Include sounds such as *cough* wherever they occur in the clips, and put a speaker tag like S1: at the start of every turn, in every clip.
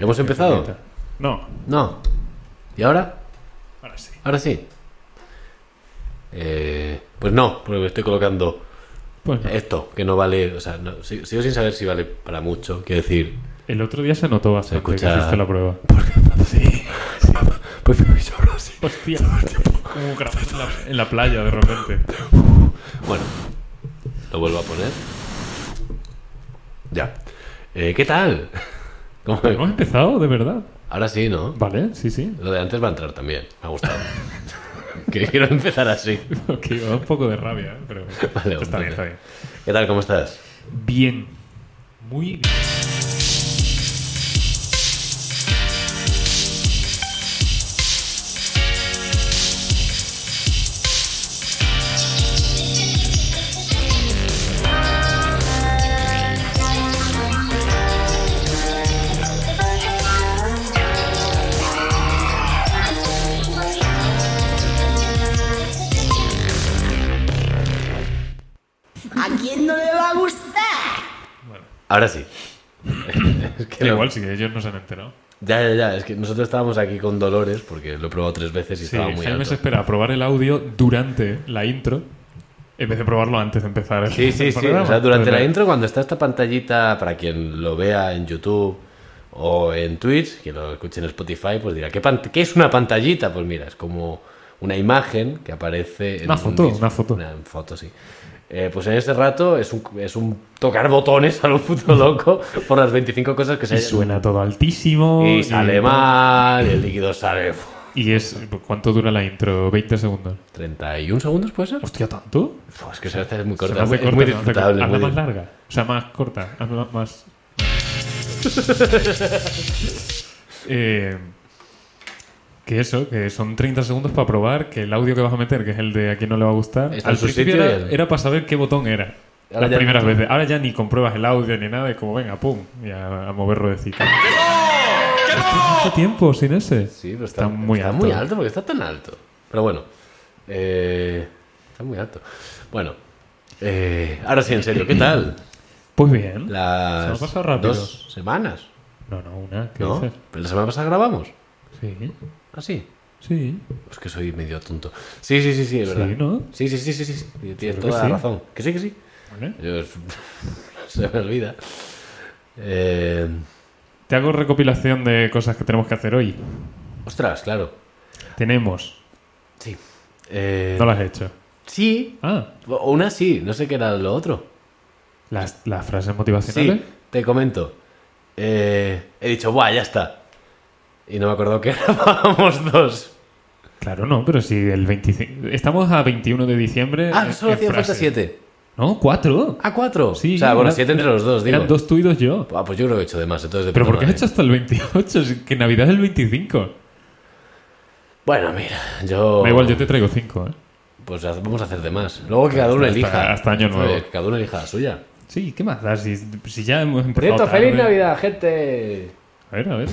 S1: ¿Hemos empezado?
S2: No,
S1: No. ¿Y ahora?
S2: ahora sí.
S1: Ahora sí. Eh, pues no, porque me estoy colocando
S2: Pues no.
S1: esto, que no vale, o sea, no- sig- sigo sin saber si vale para mucho. Quiero decir,
S2: el otro día se notó bastante
S1: escucha-
S2: que hiciste la prueba.
S1: pues me aviso ahora sí. *laughs*
S2: Hostia, como grabas en la, en la playa de repente.
S1: Bueno, lo vuelvo a poner. Ya. Eh, ¿Qué tal? *laughs* ¿Cómo me-
S2: Hemos empezado, de verdad.
S1: Ahora sí, ¿no?
S2: Vale, sí, sí.
S1: Lo de antes va a entrar también, me ha gustado. *laughs* que quiero empezar así.
S2: *laughs* Ok, me da un poco de rabia, ¿eh? pero
S1: *laughs* Vale,
S2: está
S1: vale.
S2: bien, está bien.
S1: ¿Qué tal? ¿Cómo estás?
S2: Bien, muy bien.
S3: ¿A quién no le va a gustar?
S1: Ahora sí. *laughs* Es que
S2: Da
S1: no-
S2: igual, si ellos no se han enterado.
S1: Ya, ya, ya. Es que nosotros estábamos aquí con dolores porque lo he probado tres veces y
S2: Sí,
S1: estaba muy
S2: Jaime
S1: alto.
S2: se espera a probar el audio durante la intro en vez de probarlo antes de empezar el
S1: Sí, sí,
S2: el
S1: sí.
S2: programa.
S1: O sea, durante la
S2: Entonces,
S1: intro, cuando está esta pantallita, para quien lo vea en YouTube o en Twitch, quien lo escuche en Spotify, pues dirá, ¿qué, pan- qué es una pantallita? Pues mira, es como una imagen que aparece... En
S2: Una
S1: un
S2: foto,
S1: dis-
S2: una foto.
S1: Una foto, sí. Eh, pues en ese rato es un, es un tocar botones a lo puto loco por las 25 cosas que se
S2: y
S1: hayan-
S2: suena todo altísimo.
S1: Y sale mal, y el líquido sale... uf,
S2: Y es. ¿Cuánto dura la intro? ¿20 segundos?
S1: 31 segundos, ¿puede ser?
S2: Hostia, ¿tanto?
S1: Uf, es que se hace muy
S2: Se
S1: corta,
S2: me hace
S1: es
S2: corta,
S1: muy
S2: se me hace corta.
S1: disfrutable.
S2: Hazla
S1: muy
S2: más
S1: di-
S2: larga. O sea, más corta. Hazla
S1: *laughs*
S2: más. Eh, que eso, que son 30 segundos para probar que el audio que vas a meter, que es el de a quién no le va a gustar,
S1: Está en
S2: al
S1: su
S2: principio
S1: sitio y
S2: era,
S1: el-
S2: era para saber qué botón era.
S1: Ahora ya
S2: las primeras
S1: no.
S2: veces. Ahora ya ni compruebas el audio ni nada, es como venga, pum, y a, a mover ruedecita. ¿Cuánto tiempo sin ese?
S1: Sí, pero está,
S2: está, muy
S1: está
S2: alto.
S1: muy alto porque está tan alto. Pero bueno, eh, está muy alto. Bueno, eh, ahora sí, en serio, ¿qué tal?
S2: Pues bien.
S1: Las
S2: Se me ha pasado rápido.
S1: dos semanas,
S2: No, no, una. ¿Qué
S1: ¿no?
S2: dices?
S1: Pero la semana pasada grabamos.
S2: Sí,
S1: ¿Ah, sí?
S2: sí.
S1: Es que soy medio tonto. Sí, sí, sí, sí, es
S2: Sí,
S1: verdad.
S2: ¿no?
S1: Sí, sí, sí, sí, sí, sí. Tienes
S2: que
S1: toda la
S2: sí.
S1: razón. Que sí, que sí.
S2: Vale.
S1: Yo- *laughs* se me olvida. Eh,
S2: Te hago recopilación de cosas que tenemos que hacer hoy.
S1: ostras, claro.
S2: Tenemos.
S1: Sí. Eh,
S2: No las he hecho.
S1: Sí,
S2: Ah,
S1: o una sí, no sé qué era lo otro.
S2: las, las frases
S1: Sí,
S2: motivacionales.
S1: te comento. Eh, he dicho, ¡buah, ya está! Y no me acuerdo que *laughs* grabábamos dos.
S2: Claro, no, pero si el 25. Estamos a 21 de diciembre.
S1: Ah,
S2: en-
S1: solo
S2: en
S1: hacía falta
S2: frases.
S1: siete.
S2: No, cuatro.
S1: Ah, cuatro.
S2: Sí,
S1: o sea, bueno,
S2: eran-
S1: siete entre los dos, digo.
S2: Eran dos tú y dos yo.
S1: Ah, pues yo creo que he hecho de más, entonces de
S2: Pero
S1: puta
S2: ¿por qué has
S1: madre.
S2: hecho hasta el 28? Si- Que Navidad es el 25.
S1: Bueno, mira, yo.
S2: Da igual, yo te traigo cinco, ¿eh?
S1: Pues haz- vamos a hacer de más. Luego que cada uno
S2: Hasta-
S1: elija.
S2: hasta Año Nuevo.
S1: Eh, Cada uno elija la suya.
S2: Sí, ¿qué más da? Si, si ya hemos empezado.
S1: Proyecto
S2: tarde.
S1: feliz Navidad, gente.
S2: A ver, a ver.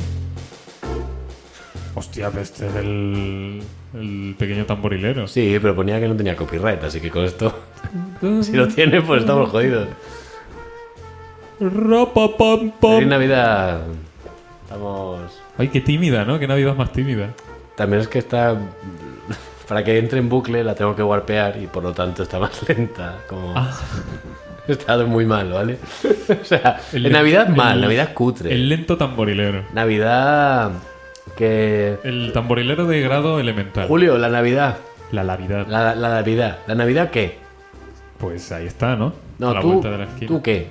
S2: Hostia, pero este es el, el pequeño tamborilero.
S1: Sí, pero ponía que no tenía copyright, así que con esto, *laughs* si lo tiene, pues estamos jodidos.
S2: Rapapam, pam.
S1: Feliz Navidad. Estamos.
S2: Ay, qué tímida, ¿no? Qué Navidad más tímida.
S1: También es que está. Para que entre en bucle la tengo que warpear y por lo tanto está más *laughs* lenta. Como. *laughs*
S2: Ah.
S1: He estado muy mal, ¿vale? *laughs* o sea,
S2: El
S1: en
S2: lento-
S1: Navidad mal,
S2: el-
S1: Navidad cutre.
S2: El lento tamborilero.
S1: Navidad. que.
S2: El tamborilero de grado elemental.
S1: Julio, la Navidad.
S2: La Navidad.
S1: La, la Navidad. ¿La Navidad qué?
S2: Pues ahí está, ¿no?
S1: No,
S2: A la
S1: tú.
S2: vuelta de la esquina.
S1: ¿Tú qué?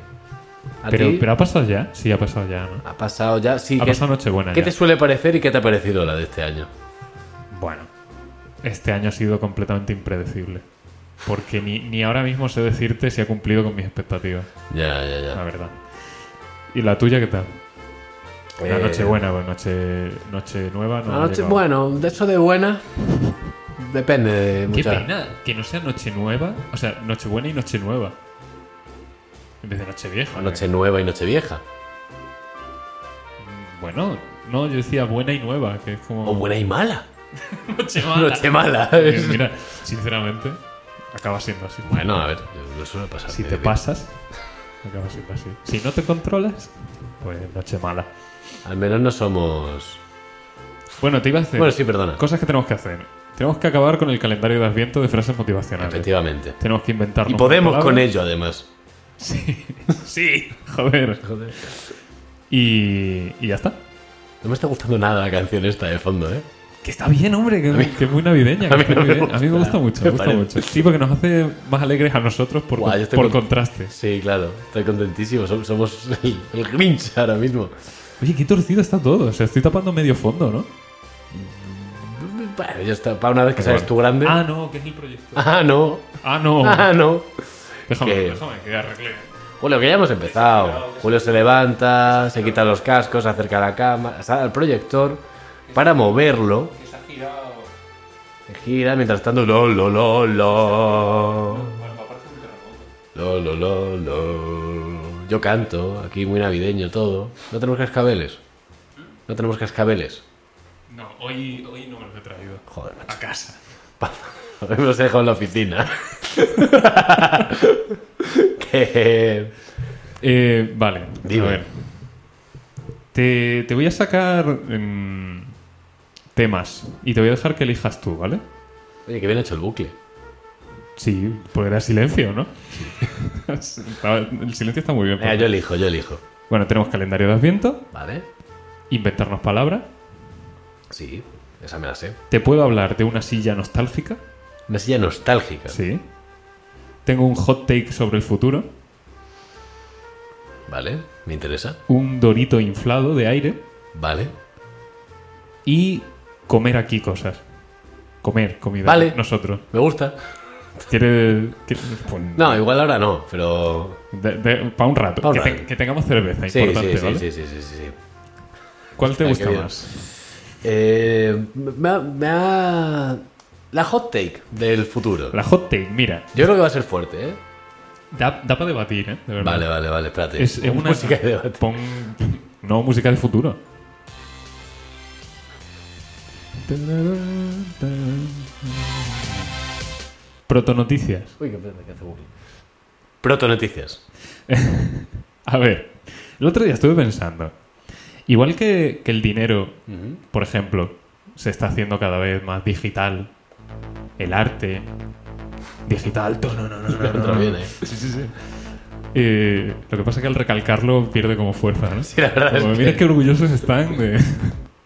S1: ¿A
S2: Pero,
S1: ti?
S2: pero ha pasado ya. Sí, ha pasado ya, ¿no?
S1: Ha pasado ya. Sí,
S2: Ha
S1: ¿qué-
S2: pasado Nochebuena
S1: ¿Qué
S2: ya.
S1: te suele parecer y qué te ha parecido la de este año?
S2: Bueno, este año ha sido completamente impredecible. Porque ni, ni ahora mismo sé decirte si ha cumplido con mis expectativas,
S1: Ya, ya,
S2: la
S1: ya.
S2: verdad. ¿Y la tuya qué tal? La
S1: Eh,
S2: noche buena, pues noche, noche nueva. No
S1: la
S2: ha
S1: noche-
S2: llegado.
S1: bueno, de eso de buena. Depende de
S2: Qué
S1: muchas.
S2: pena que no sea Nochenueva, o sea, Nochebuena y Nochenueva. En vez de eh. Nochevieja.
S1: Noche nueva y noche vieja.
S2: Bueno, no, yo decía buena y nueva, que es como
S1: O
S2: *laughs*
S1: buena y mala. *laughs*
S2: Nochemala. *laughs*
S1: Noche mala.
S2: Eh, Mira, sinceramente, acaba siendo así.
S1: Bueno, a ver, yo- eso suele pasar.
S2: si
S1: eh,
S2: te pasas, acaba siendo así. Si no te controlas, pues noche mala.
S1: Al menos no somos.
S2: Bueno, te iba a hacer
S1: Bueno, sí, perdona.
S2: cosas que tenemos que hacer. Tenemos que acabar con el calendario de Adviento de frases motivacionales.
S1: Efectivamente.
S2: Tenemos que inventarnos.
S1: Y podemos
S2: una
S1: con
S2: palabra.
S1: ello, además.
S2: Sí, *laughs* sí, joder. Y, y ya está.
S1: No me está gustando nada la canción esta de fondo, ¿eh?
S2: Que está bien, hombre, que, que es muy navideña. que
S1: *laughs* a mí
S2: está
S1: no
S2: muy
S1: me
S2: bien.
S1: gusta.
S2: a mí me gusta mucho,
S1: Me
S2: me gusta
S1: parece.
S2: mucho. Sí, porque nos hace más alegres a nosotros por,
S1: Guau,
S2: con-
S1: yo estoy
S2: por
S1: con-
S2: contraste.
S1: Sí, claro. Estoy contentísimo. Som- Somos el, el Grinch ahora mismo.
S2: Oye, qué torcido está todo. O sea, estoy tapando medio fondo, ¿no?
S1: Bueno, ya está. Para una vez que sabes tú grande.
S2: Ah, no, que es el proyecto.
S1: Ah, no.
S2: Ah, no.
S1: *laughs* Ah, no.
S2: Déjame,
S1: que-
S2: déjame que arregle.
S1: Julio, que ya hemos empezado. Julio se levanta, se quita los cascos, se acerca a la cama, sale al proyector para moverlo. Se gira mientras tanto. Lo, lo, lo, lo. Lo, lo, lo, lo. Yo canto, aquí muy navideño todo. No tenemos cascabeles. No tenemos cascabeles.
S2: No, hoy, hoy no me los he traído.
S1: Joder, *laughs* macho.
S2: A casa.
S1: Ahora me los he dejado en la oficina. *laughs* que...
S2: Eh, vale.
S1: Dime.
S2: A ver. Te, te voy a sacar em, temas y te voy a dejar que elijas tú, ¿vale?
S1: Oye, que bien hecho el bucle.
S2: Sí, porque era silencio, ¿no? Estaba- *laughs* el silencio está muy bien.
S1: Venga, yo elijo, yo elijo.
S2: Bueno, tenemos calendario de Adviento,
S1: ¿Vale?
S2: inventarnos palabras.
S1: Sí, esa me la sé.
S2: Te puedo hablar de una silla nostálgica.
S1: Una silla nostálgica.
S2: Sí. Tengo un hot take sobre el futuro.
S1: Vale, me interesa.
S2: Un dorito inflado de aire.
S1: Vale.
S2: Y comer aquí cosas. Comer comida.
S1: Vale.
S2: Nosotros.
S1: Me gusta.
S2: ¿Quieres.? quieres- pues,
S1: No, igual ahora no, pero.
S2: para un rato.
S1: Pa' un
S2: que,
S1: rato.
S2: te- que tengamos cerveza,
S1: Sí,
S2: importante,
S1: sí, sí,
S2: ¿vale?
S1: sí, sí, sí, sí, sí.
S2: ¿Cuál te
S1: Ah, qué
S2: gusta
S1: bien.
S2: más?
S1: Eh, me, ha, me ha- La hot take del futuro.
S2: La hot take, mira.
S1: Yo creo que va a ser fuerte, ¿eh?
S2: Da, da para debatir, ¿eh? De verdad.
S1: Vale, vale, vale, espérate.
S2: Es, es
S1: *laughs*
S2: una
S1: música de debate.
S2: Pon... No, música del futuro. Protonoticias.
S1: Uy, qué pena que hace bucle. Proto Noticias.
S2: A ver, el otro día estuve pensando. Igual que, que el dinero, por ejemplo, se está haciendo cada vez más digital. El arte. Digital, no, no, no, no, no,
S1: *laughs* Otra
S2: no.
S1: bien, ¿eh?
S2: Sí, sí, sí. Eh, lo que pasa es que al recalcarlo pierde como fuerza, ¿no?
S1: Sí, la verdad
S2: Como,
S1: es
S2: mira
S1: *laughs* que-
S2: qué orgullosos están de...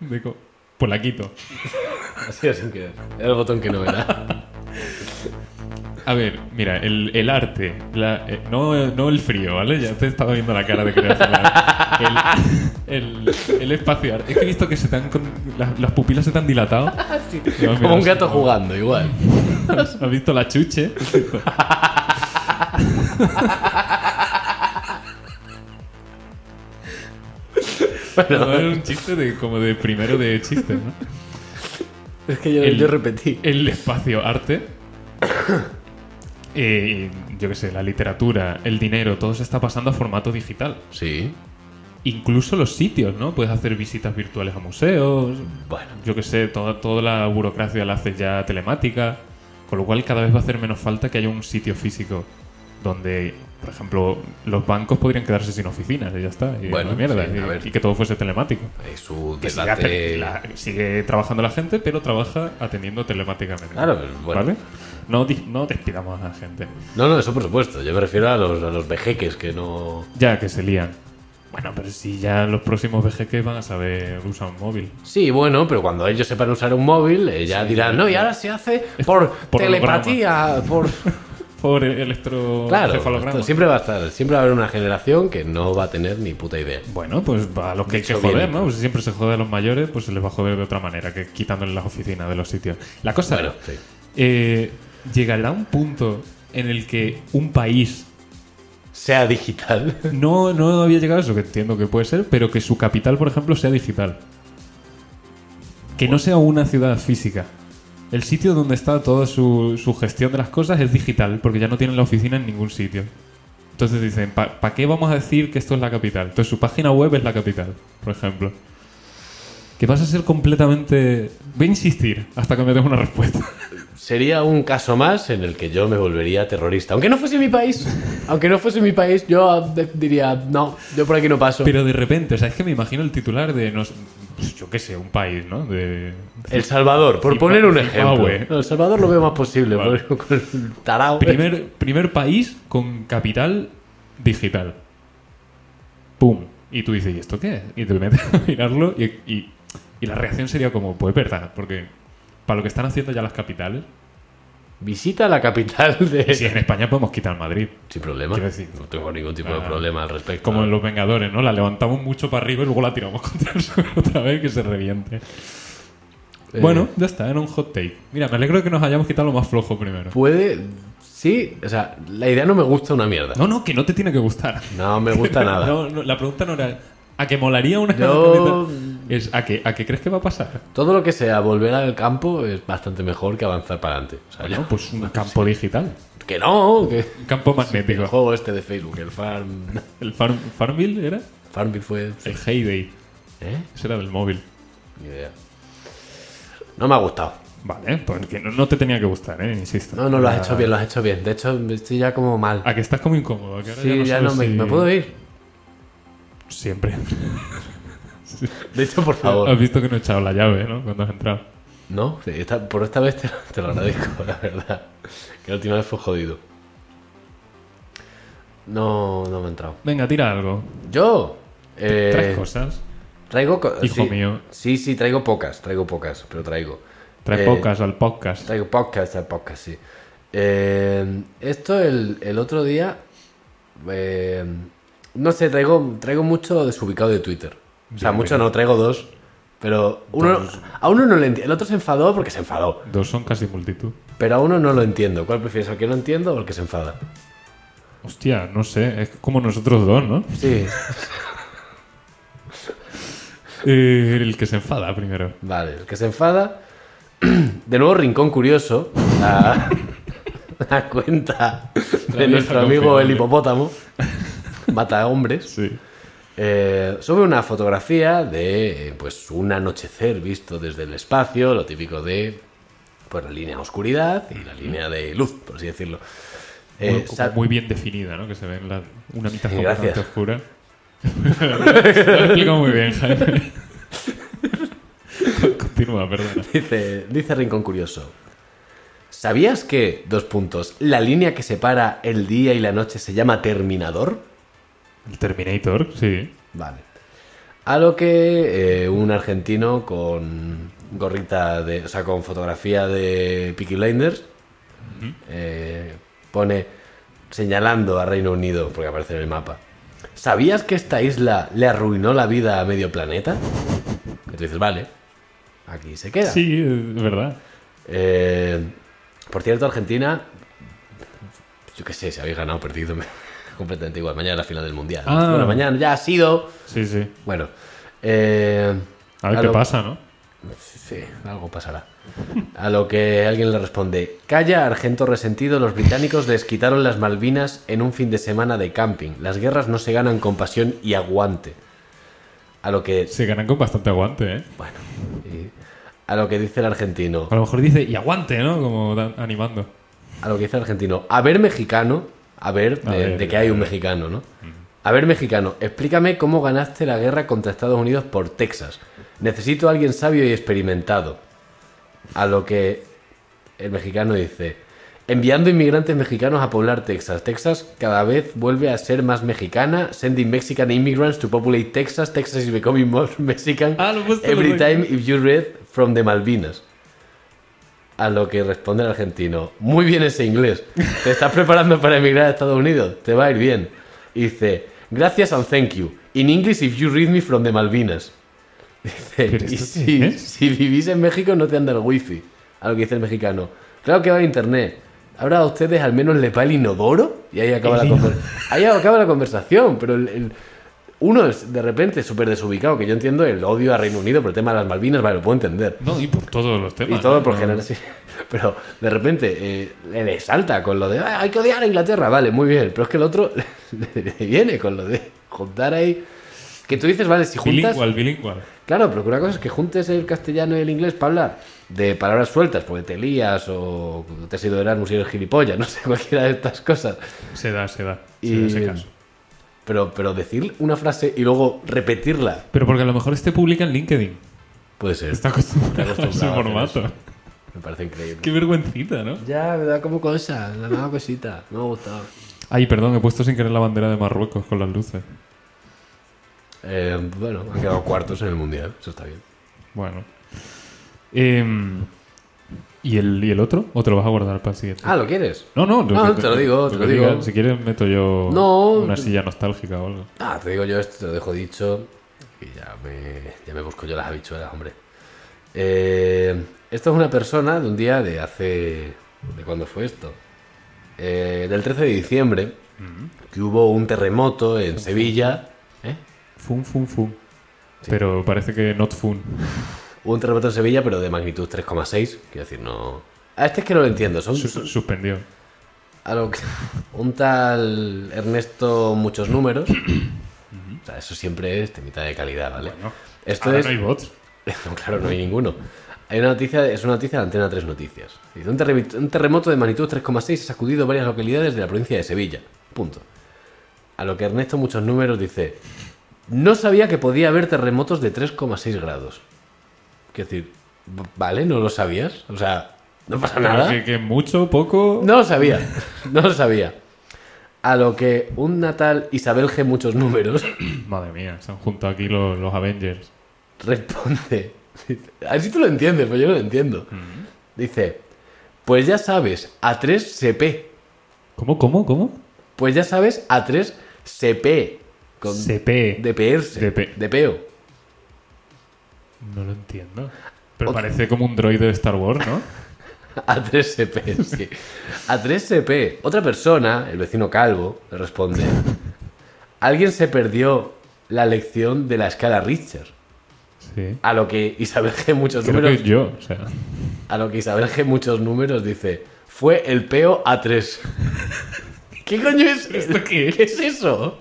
S2: de co- pues la quito.
S1: Así sin querer. Era el botón que
S2: *laughs*
S1: no era.
S2: A ver, mira, el, el arte, la- eh, no, no el frío, ¿vale? Ya te estaba viendo la cara de que le vas a hablar. el, el, el espacio arte. Es que he visto que se te han con- las, las pupilas se te han
S1: *laughs*
S2: dilatado. Y vas
S1: Ah, Como un
S2: mirando,
S1: gato jugando,
S2: *laughs*
S1: igual.
S2: ¿Has has visto la chuche? No, era
S1: Bueno,
S2: un chiste de, como de primero de chiste, ¿no?
S1: es que yo,
S2: el-
S1: yo repetí.
S2: El espacio arte. eh, yo qué sé, la literatura, el dinero, todo se está pasando a formato digital.
S1: Sí.
S2: Incluso los sitios, ¿no? Puedes hacer visitas virtuales a museos.
S1: Bueno.
S2: Yo qué sé, toda, toda la burocracia la haces ya telemática. Con lo cual cada vez va a hacer menos falta que haya un sitio físico donde, por ejemplo, los bancos podrían quedarse sin oficinas y ya está. Y
S1: Bueno,
S2: la mierda,
S1: sí, a
S2: y-
S1: ver.
S2: y que todo fuese telemático.
S1: Es su
S2: Que sigue,
S1: debate.
S2: aten- la- sigue trabajando la gente, pero trabaja atendiendo telemáticamente.
S1: Claro, pero bueno.
S2: ¿Vale? No, di- no despidamos a la gente.
S1: No, no, eso por supuesto. Yo me refiero a los, a los vejeques que no.
S2: Ya que se lían. Bueno, pero si ya los próximos VGK van a saber usar un móvil.
S1: Sí, bueno, pero cuando ellos sepan usar un móvil, eh, ya dirán, no, y ahora se hace *laughs* por,
S2: Por
S1: telepatía, *laughs* por.
S2: Por electro
S1: Claro,
S2: electrocefalograma.
S1: esto siempre va a estar, siempre va a haber una generación que no va a tener ni puta idea.
S2: Bueno, pues a los que hay que
S1: Dicho
S2: joder,
S1: bien.
S2: ¿no? Pues si siempre se jode a los mayores, pues se les va a joder de otra manera, que quitándole las oficinas de los sitios. La cosa
S1: Bueno,
S2: es,
S1: sí.
S2: eh, llegará un punto en el que un país
S1: Sea digital. *laughs*
S2: No, no había llegado a eso, que entiendo que puede ser, pero que su capital, por ejemplo, sea digital. Que no sea una ciudad física. El sitio donde está toda su, su gestión de las cosas es digital, porque ya no tienen la oficina en ningún sitio. Entonces dicen, ¿para qué vamos a decir que esto es la capital? Entonces su página web es la capital, por ejemplo. que vas a ser completamente... Voy a insistir hasta que me des una respuesta. *laughs*
S1: Sería un caso más en el que yo me volvería terrorista. Aunque no fuese mi país, aunque no fuese mi país, yo ah, de- diría, no, yo por aquí no paso.
S2: Pero de repente, o sea, es que me imagino el titular de... No, sé, pues yo qué sé, un país, ¿no? De...
S1: El Salvador, por
S2: Zimbabue-
S1: poner un ejemplo.
S2: Zimbabue.
S1: No, el Salvador lo veo más posible,
S2: Vale.
S1: por- con el tarao.
S2: Primer, primer país con capital digital. ¡Pum! Y tú dices, ¿y esto qué es? Y te metes a mirarlo y, y- y la reacción sería como, pues verdad, porque para lo que están haciendo ya las capitales,
S1: Visita la capital de...
S2: si en España podemos quitar Madrid.
S1: Sin problema.
S2: Quiero decir-
S1: no tengo ningún tipo de
S2: Ah.
S1: problema al respecto.
S2: Como en Los Vengadores, ¿no? La levantamos mucho para arriba y luego la tiramos *laughs* contra el suelo otra vez que se reviente.
S1: Eh,
S2: Bueno, ya está, era un hot take. Mira, me alegro de que nos hayamos quitado lo más flojo primero.
S1: Puede... Sí, o sea, la idea no me gusta una mierda.
S2: No, no, que no te tiene que gustar.
S1: No me
S2: *laughs*
S1: gusta nada.
S2: No, no, la pregunta no era a qué molaría una
S1: Yo-
S2: capital? es a qué a qué crees que va a pasar.
S1: Todo lo que sea volver al campo es bastante mejor que avanzar para adelante. O sea,
S2: No,
S1: yo-
S2: pues un campo digital,
S1: que no, que
S2: un campo
S1: el
S2: magnético.
S1: juego este de Facebook, el Farm
S2: El farm, Farmville era
S1: Farmville fue,
S2: el Heyday,
S1: ¿eh?
S2: ese era del móvil.
S1: Ni idea. No me ha gustado.
S2: Vale, pues que no, no te tenía que gustar, eh, insisto.
S1: No, no lo has
S2: Ah,
S1: hecho bien, lo has hecho bien. De hecho, estoy ya como mal.
S2: A que estás como incómodo. que ahora
S1: Sí, ya no,
S2: sabes
S1: me,
S2: si-
S1: me puedo ir.
S2: Siempre.
S1: De hecho, por
S2: Has
S1: favor.
S2: visto que no he echado la llave, ¿no? Cuando has entrado.
S1: No, sí, esta- por esta vez te, lo- te lo agradezco, *laughs* la verdad. Que la última vez fue jodido. No, no me ha entrado.
S2: Venga, tira algo.
S1: Yo. Eh,
S2: Tres cosas.
S1: Traigo. co-
S2: Hijo
S1: sí.
S2: mío.
S1: Sí, sí, traigo pocas, traigo pocas, pero traigo.
S2: Tres
S1: Eh,
S2: pocas al podcast.
S1: Traigo pocas, traigo pocas, sí. Eh, esto el, el otro día. eh, no sé, traigo, traigo mucho desubicado de Twitter. O sea,
S2: Bien,
S1: mucho
S2: bien.
S1: no, traigo dos. Pero uno, a uno no le entiendo. El otro se enfadó porque se enfadó.
S2: Dos son casi multitud.
S1: Pero a uno no lo entiendo. ¿Cuál prefieres? ¿Al que no entiendo o al que se enfada?
S2: Hostia, no sé, es como nosotros dos, ¿no?
S1: Sí.
S2: Eh, el que se enfada primero.
S1: *laughs* Vale, el que se enfada. *clears throat* De nuevo, Rincón Curioso. La, *laughs* la cuenta de
S2: vieja
S1: nuestro amigo
S2: confiable.
S1: el
S2: *laughs*
S1: hipopótamo. Mata hombres.
S2: Sí.
S1: Eh, sube una fotografía de eh, pues un anochecer visto desde el espacio, lo típico de pues la línea de oscuridad y la línea de luz, por así decirlo. Eh,
S2: muy, como
S1: sa-
S2: muy bien definida, ¿no? Que se ve en la, una mitad
S1: Sí,
S2: completamente
S1: gracias.
S2: oscura. *laughs* Lo he explicado muy bien, Jaime. *laughs* Continúa, perdona.
S1: Dice, dice Rincón Curioso. ¿Sabías que, dos puntos, la línea que separa el día y la noche se llama terminador?
S2: El Terminator, sí.
S1: Vale. A lo que eh, un argentino con gorrita de. O sea, con fotografía de Peaky Blinders eh, pone señalando a Reino Unido, porque aparece en el mapa. ¿Sabías que esta isla le arruinó la vida a medio planeta? Y tú dices, vale, aquí se queda.
S2: Sí, es verdad.
S1: Eh, por cierto, Argentina. Yo qué sé, si habéis ganado o perdido, me- *laughs* completamente igual. Mañana es la final del mundial.
S2: Ah.
S1: Bueno, mañana ya ha sido.
S2: Sí, sí.
S1: Bueno, eh,
S2: A ver qué
S1: lo-
S2: pasa, ¿no?
S1: Sí, algo pasará. A lo que alguien le responde: Calla, argento resentido, los británicos les quitaron las Malvinas en un fin de semana de camping. Las guerras no se ganan con pasión y aguante. A lo que.
S2: Se ganan con bastante aguante, ¿eh?
S1: Bueno, y- a lo que dice el argentino.
S2: A lo mejor dice, y aguante, ¿no? Como dan- animando.
S1: a lo que dice el argentino. A ver, mexicano. A ver, de,
S2: A ver,
S1: de que hay un
S2: a ver.
S1: mexicano, ¿no? A ver, mexicano, explícame cómo ganaste la guerra contra Estados Unidos por Texas. Necesito a alguien sabio y experimentado. A lo que el mexicano dice, enviando inmigrantes mexicanos a poblar Texas. Texas cada vez vuelve a ser más mexicana, sending Mexican immigrants to populate Texas. Texas is becoming more *laughs* Mexican
S2: Ah, lo he puesto, lo he
S1: every
S2: puesto.
S1: time if you read from the Malvinas. A lo que responde el argentino, muy bien ese inglés. Te estás preparando para emigrar a Estados Unidos, te va a ir bien. Y dice, gracias and thank you. In English if you read me from the Malvinas. Dice,
S2: ¿Pero esto
S1: y
S2: qué
S1: si,
S2: es?
S1: si vivís en México no te anda el wifi. A lo que dice el mexicano. Claro que va a internet. Ahora a ustedes al menos les va el inodoro. Y ahí acaba, la,
S2: El
S1: conver- ahí acaba la conversación. Pero el- el- uno es de repente súper desubicado, que yo entiendo el odio a Reino Unido por el tema de las Malvinas, vale, lo puedo entender.
S2: No, y por todos los temas.
S1: Y todo
S2: ¿no?
S1: por
S2: No.
S1: generar sí. *laughs* Pero de repente eh, le le salta con lo de "Ah, hay que odiar a Inglaterra, vale, muy bien. Pero es que el otro *laughs* le, le viene con lo de juntar ahí. Que tú dices, vale, si juntas.
S2: Bilingual, bilingual.
S1: Claro, pero que una cosa es que juntes el castellano y el inglés para hablar de palabras sueltas, porque te lías o te has ido de Erasmus y eres gilipollas, *laughs* no sé, cualquiera de estas cosas.
S2: Se da, se da. Se
S1: Y-
S2: da ese caso.
S1: Pero, pero decir una frase y luego repetirla
S2: Pero porque a lo mejor este publica en LinkedIn.
S1: puede ser.
S2: Está acostumbrado,
S1: Está
S2: a ese
S1: acostumbrado a hacer
S2: formato.
S1: Me parece increíble.
S2: Qué vergüencita, ¿no?
S1: Ya, me da como cosa, me da cosita. No me ha gustado.
S2: Ay, perdón, he puesto sin querer la bandera de Marruecos con las luces.
S1: Eh, bueno, han quedado cuartos en el mundial, eso está bien.
S2: Bueno. Em, ¿y, el, ¿Y el otro? ¿O te lo vas a guardar para el siguiente?
S1: Ah, ¿lo quieres?
S2: no, no,
S1: no,
S2: que-
S1: te lo digo, te
S2: que
S1: lo digo.
S2: diga. Si quieres, meto yo
S1: No,
S2: una
S1: te-
S2: silla nostálgica o algo.
S1: Ah, te digo yo esto, te lo dejo dicho. Y ya me, ya me busco yo las habichuelas, hombre. Eh, esto es una persona de un día de hace. ¿De cuándo fue esto? Eh, del 13 de diciembre, que hubo un terremoto en Sevilla. ¿Eh?
S2: Fun, fun, fun. Pero parece que not fun.
S1: Hubo un terremoto en Sevilla, pero de magnitud 3,6. Quiero decir, no. A este es que no lo entiendo. Son,
S2: Su- su- suspendió.
S1: a lo que- *laughs* un tal Ernesto muchos números. O sea, eso siempre es temita de calidad, ¿vale? Esto
S2: Ahora
S1: es...
S2: no hay bots.
S1: *laughs* No, claro, no hay ninguno. Hay una noticia, es una noticia de Antena 3 Noticias. Dice, un, terremi- un terremoto de magnitud 3,6 ha sacudido varias localidades de la provincia de Sevilla. Punto. A lo que Ernesto muchos números dice, no sabía que podía haber terremotos de 3,6 grados. Quiero decir, v- ¿vale? ¿No lo sabías? O sea, no pasa nada.
S2: Que, que mucho, poco.
S1: No lo sabía, no lo sabía. A lo que un natal Isabel G. muchos números
S2: Madre mía, se han juntado aquí los, los Avengers.
S1: responde. dice, A ver si tú lo entiendes, pues yo no lo entiendo. Dice, pues ya sabes, a 3 CP.
S2: ¿Cómo, cómo, cómo?
S1: Pues ya sabes, a 3 CP. Con
S2: CP.
S1: De peerse.
S2: De pe-
S1: de peo.
S2: No lo entiendo. Pero
S1: Ot-
S2: parece como un droide de Star Wars, ¿no?
S1: A 3 CP, sí. A 3 CP. Otra persona, el vecino calvo, le responde. Alguien se perdió la lección de la escala Richter.
S2: Sí.
S1: A lo que Isabel G. muchos
S2: Creo
S1: números.
S2: que yo, o sea. *laughs*
S1: A lo que Isabel G. muchos números dice, fue el peo
S2: *laughs*
S1: A3. ¿Qué coño es
S2: ¿Esto qué es?
S1: ¿Qué es eso?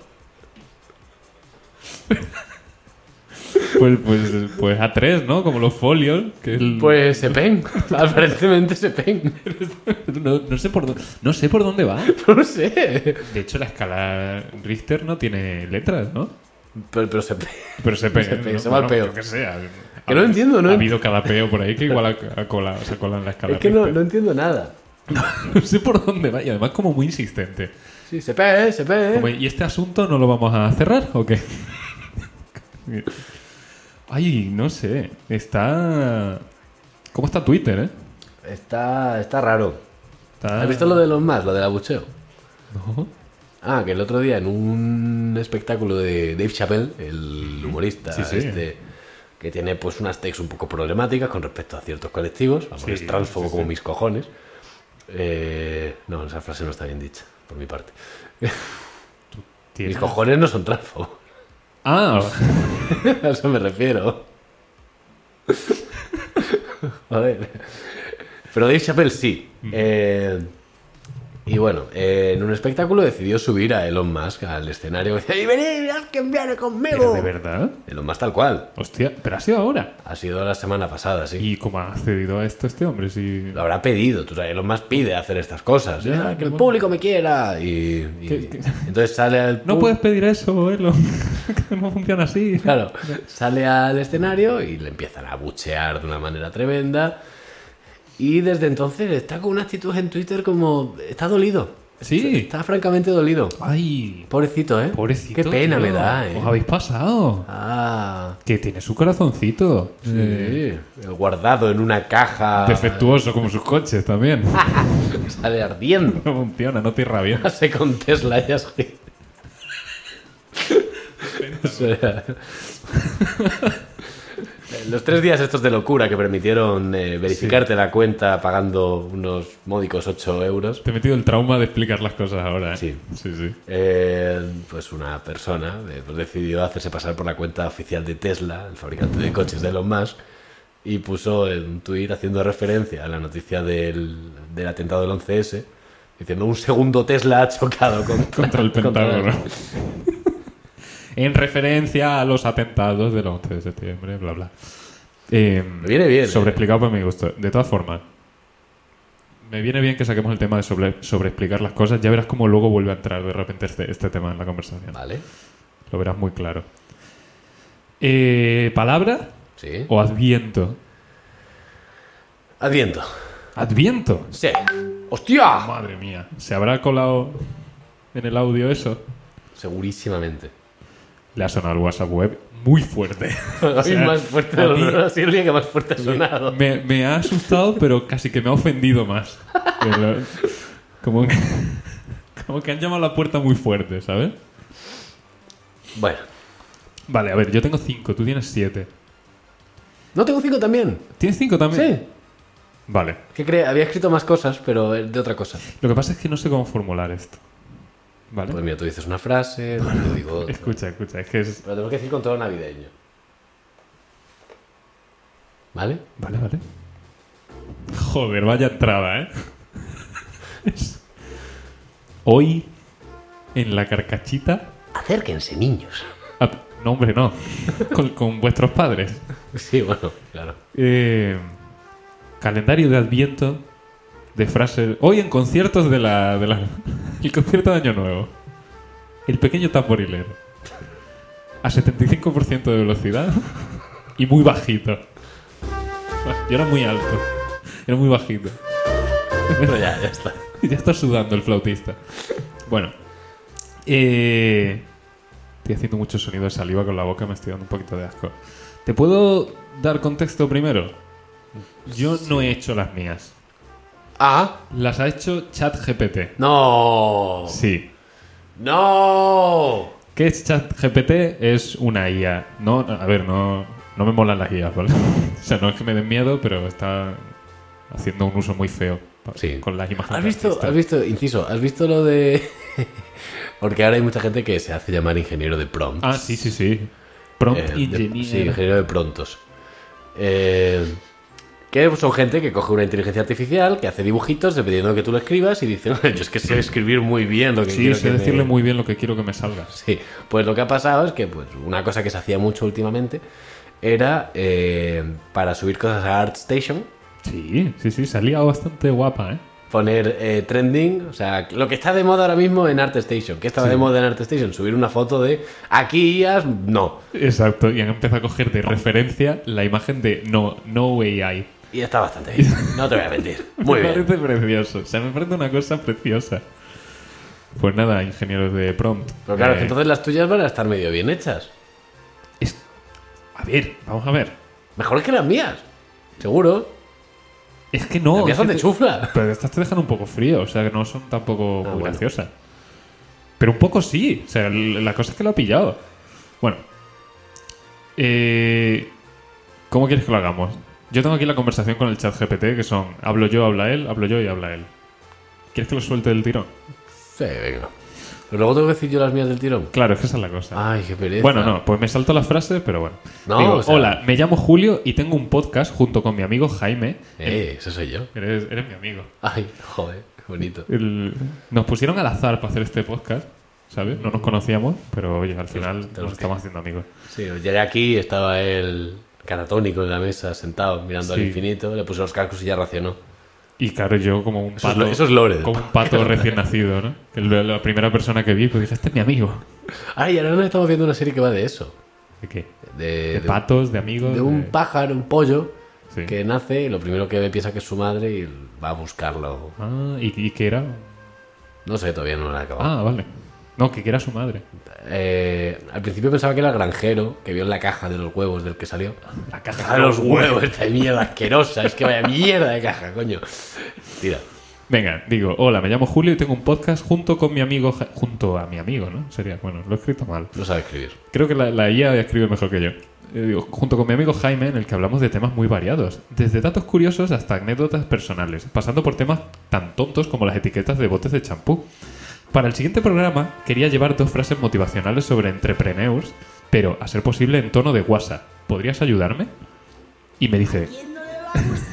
S2: Pues, pues, pues A3, ¿no? Como los folios. Que el-
S1: Pues se pen. *laughs* Aparentemente se pen. *laughs*
S2: no, no sé por dónde, no sé por dónde va.
S1: No lo sé.
S2: De hecho, la escala Richter no tiene letras, ¿no?
S1: Pero, pero se pen.
S2: Pero se pega.
S1: Se pega,
S2: ¿no?
S1: se va al peo.
S2: yo Que sea.
S1: Que no lo entiendo, ¿no?
S2: Ha habido cada peo por ahí que igual ha, ha colado, se ha colado en la escala
S1: Es que no,
S2: Richter.
S1: no entiendo nada.
S2: *laughs* No sé por dónde va y además como muy insistente.
S1: Sí, se pe, se pe.
S2: Como, ¿Y este asunto no lo vamos a cerrar o qué? Ay, no sé. Está... ¿Cómo está Twitter, eh?
S1: Está, está raro.
S2: Está-
S1: ¿Has visto lo de los más, lo del abucheo?
S2: No.
S1: Ah, que el otro día en un espectáculo de Dave Chappelle, el humorista
S2: Sí, sí.
S1: este, que tiene pues unas takes un poco problemáticas con respecto a ciertos colectivos, vamos,
S2: Sí,
S1: es transfobo
S2: sí,
S1: como
S2: sí.
S1: mis cojones. Eh, no, esa frase no está bien dicha, por mi parte.
S2: Tiene-
S1: Mis cojones no son transfobos,
S2: Ah,
S1: a eso me refiero. Joder. Pero Dave Chappelle sí. Eh, y bueno, eh, en un espectáculo decidió subir a Elon Musk al escenario y decía, "Y venid, haz que enviaré
S2: pero
S1: conmigo.
S2: de verdad.
S1: Elon Musk tal cual.
S2: Hostia, pero ha sido ahora.
S1: Ha sido la semana pasada, sí.
S2: ¿Y cómo ha accedido a esto este hombre? Si...
S1: Lo habrá pedido, tú sabes, Elon Musk pide hacer estas cosas.
S2: Ya,
S1: Ah, que el
S2: bueno.
S1: público me quiera. Y, y-
S2: ¿Qué- qué?
S1: entonces sale al
S2: No
S1: pu-
S2: puedes pedir eso, *laughs* Elon. que no funciona así.
S1: Claro, sale al escenario y le empiezan a buchear de una manera tremenda. Y desde entonces está con una actitud en Twitter como. Está dolido.
S2: Sí.
S1: Está francamente dolido.
S2: Ay,
S1: Pobrecito, ¿eh?
S2: pobrecito.
S1: Qué pena
S2: tío.
S1: me da, ¿eh?
S2: Os habéis pasado.
S1: Ah.
S2: Que tiene su corazoncito. Eh,
S1: sí. Guardado en una caja.
S2: Defectuoso como sus coches también. *laughs*
S1: Sale ardiendo.
S2: No funciona, no tierra bien.
S1: se con Tesla ya es que- *laughs* O sea, Los tres días estos de locura que permitieron eh, verificarte la cuenta pagando unos módicos 8 euros,
S2: Te he metido el trauma de explicar las cosas ahora. ¿eh?
S1: Sí.
S2: sí, sí.
S1: eh, pues una persona eh, pues decidió hacerse pasar por la cuenta oficial de Tesla, el fabricante de coches de Elon Musk, y puso en un tuit haciendo referencia a la noticia del, del atentado del 11S, diciendo un segundo Tesla ha chocado contra,
S2: *laughs* Contra el
S1: contra-
S2: Pentágono. en referencia a los atentados del 11 de septiembre, bla, bla. Eh,
S1: Me viene bien,
S2: Sobreexplicado para mi gusto. De todas formas, me viene bien que saquemos el tema de sobre, sobreexplicar las cosas. Ya verás cómo luego vuelve a entrar de repente este, este tema en la conversación.
S1: Vale.
S2: Lo verás muy claro. Eh, ¿Palabra
S1: Sí.
S2: o adviento?
S1: Adviento.
S2: Adviento.
S1: Sí. ¡Hostia!
S2: Madre mía. ¿Se habrá colado en el audio eso?
S1: *laughs* Segurísimamente.
S2: Le ha sonado el WhatsApp web muy fuerte.
S1: Hoy
S2: O sea,
S1: más fuerte.
S2: a mí-
S1: Ha sido el día que más fuerte ha sonado.
S2: *laughs* me, me ha asustado, pero casi que me ha ofendido más. Pero, como, que, como que han llamado a la puerta muy fuerte, ¿sabes?
S1: Bueno.
S2: Vale, a ver, yo tengo cinco, tú tienes siete.
S1: No tengo cinco también.
S2: ¿Tienes cinco también?
S1: Sí.
S2: Vale.
S1: Que cre- había escrito más cosas, pero de otra cosa.
S2: Lo que pasa es que no sé cómo formular esto. ¿Vale?
S1: Pues mira, tú dices una *laughs* frase, yo digo otra.
S2: escucha, escucha, es que es...
S1: Pero tenemos que decir con todo navideño. ¿Vale?
S2: Vale, vale. Joder, vaya entrada, ¿eh? *laughs* Es- Hoy, en la carcachita...
S1: Acérquense, niños.
S2: Ah, No, hombre, no. Con- con vuestros padres.
S1: *laughs* Sí, bueno, claro.
S2: Eh, calendario de Adviento de frases. Hoy en conciertos de la, de la- El concierto de Año Nuevo. El pequeño tamborilero. A 75% de velocidad y muy bajito. Yo era muy alto. Era muy bajito.
S1: Pero ya, ya está.
S2: Y *laughs* ya está sudando el flautista. Bueno. Eh, estoy haciendo mucho sonido de saliva con la boca, me estoy dando un poquito de asco. ¿Te puedo dar contexto primero? Yo no he hecho las mías.
S1: ¡Ah!
S2: Las ha hecho ChatGPT.
S1: ¡No!
S2: Sí.
S1: ¡No!
S2: ¿Qué es ChatGPT? Es una IA. No, a ver, no, no me molan las IAs, ¿vale? *laughs* O sea, no es que me den miedo, pero está haciendo un uso muy feo pa-
S1: Sí.
S2: con las imágenes.
S1: ¿Has visto,
S2: racistas.
S1: has visto, inciso, has visto lo de. *laughs* Porque ahora hay mucha gente que se hace llamar ingeniero de prompt.
S2: Ah, sí, sí, sí. Prompt
S1: Eh, de-
S2: engineer.
S1: sí, ingeniero de prontos. Eh, que son gente que coge una inteligencia artificial, que hace dibujitos, dependiendo de lo que tú le escribas, y dice, *laughs* "Oye, yo es que sé escribir muy bien lo que
S2: Sí,
S1: quiero
S2: sé
S1: que me-".
S2: decirle muy bien lo que quiero que me salga.
S1: *laughs* Sí, pues lo que ha pasado es que pues, una cosa que se hacía mucho últimamente era eh, para subir cosas a ArtStation,
S2: Sí, sí, sí, salía bastante guapa, ¿eh?
S1: poner eh, trending, o sea, lo que está de moda ahora mismo en ArtStation. ¿Qué estaba de moda en ArtStation? Subir una foto de aquí IAS, no.
S2: Exacto, y han empezado a coger de referencia la imagen de No, no AI.
S1: Y está bastante
S2: *laughs*
S1: bien, no te voy a mentir. Muy
S2: me
S1: bien.
S2: parece precioso, o sea, me parece una cosa preciosa. Pues nada, ingenieros de prompt.
S1: Pero claro,
S2: Eh,
S1: que entonces las tuyas van a estar medio bien hechas.
S2: es- A ver, vamos a ver.
S1: Mejor que las mías, seguro.
S2: Es que no.
S1: las mías
S2: es
S1: son
S2: que
S1: de
S2: te-
S1: chufla.
S2: Pero estas te dejan un poco frío, o sea, que no son tampoco
S1: Ah,
S2: muy
S1: bueno.
S2: graciosas. Pero un poco sí, o sea, l- la cosa es que lo ha pillado. Bueno, eh, ¿cómo quieres que lo hagamos? Yo tengo aquí la conversación con el chat GPT, que son hablo yo, habla él, hablo yo y habla él. ¿Quieres que lo suelte del tirón?
S1: Sí, venga. Pero luego tengo que decir yo las mías del tirón.
S2: Claro, es que esa es la cosa.
S1: Ay, qué pereza.
S2: bueno, no, pues me salto las frases, pero bueno.
S1: Ah, No,
S2: Digo,
S1: o sea-
S2: Hola, me llamo Julio y tengo un podcast junto con mi amigo Jaime.
S1: Eh, eso soy yo.
S2: Eres, eres mi amigo.
S1: Ay, joder, qué bonito.
S2: El- nos pusieron al azar para hacer este podcast, ¿sabes? No nos conocíamos, pero oye, al final
S1: Mm. te lo
S2: nos estamos haciendo amigos.
S1: Sí, llegué aquí, estaba él catatónico en la mesa, sentado, mirando al
S2: Sí.
S1: infinito, le puse los cascos y ya racionó.
S2: Y claro, yo como un
S1: Eso es
S2: pato,
S1: lo- *laughs* eso es lore del
S2: como un pato recién nacido, ¿no? Que la, la primera persona que vi, pues dije, este es mi amigo.
S1: Ay, ahora nos estamos viendo una serie que va de eso.
S2: ¿De qué?
S1: De,
S2: De
S1: de-
S2: patos, de amigos.
S1: de un pájaro, un pollo,
S2: Sí.
S1: que nace y lo primero que ve piensa que es su madre y va a buscarlo.
S2: Ah, ¿y, y que era?
S1: No sé, todavía no lo han acabado.
S2: Ah, vale. No, que que era su madre.
S1: Eh, al principio pensaba que era el granjero que vio en la caja de los huevos del que *laughs* salió.
S2: La caja
S1: Caja *laughs* de Ah, los huevos, esta mierda asquerosa. Es que vaya mierda de caja, coño. Tira.
S2: Venga, digo, hola, me llamo Julio y tengo un podcast junto con mi amigo, Ja- junto a mi amigo, ¿no? Sería, bueno, lo he escrito mal.
S1: No sabe escribir.
S2: Creo que la, la IA escribe mejor que yo. Eh, digo, junto con mi amigo Jaime, en el que hablamos de temas muy variados, desde datos curiosos hasta anécdotas personales, pasando por temas tan tontos como las etiquetas de botes de champú. Para el siguiente programa quería llevar dos frases motivacionales sobre entrepreneurs, pero a ser posible en tono de WhatsApp. ¿Podrías ayudarme? Y me dice,
S3: ¿Quién no le va a gustar?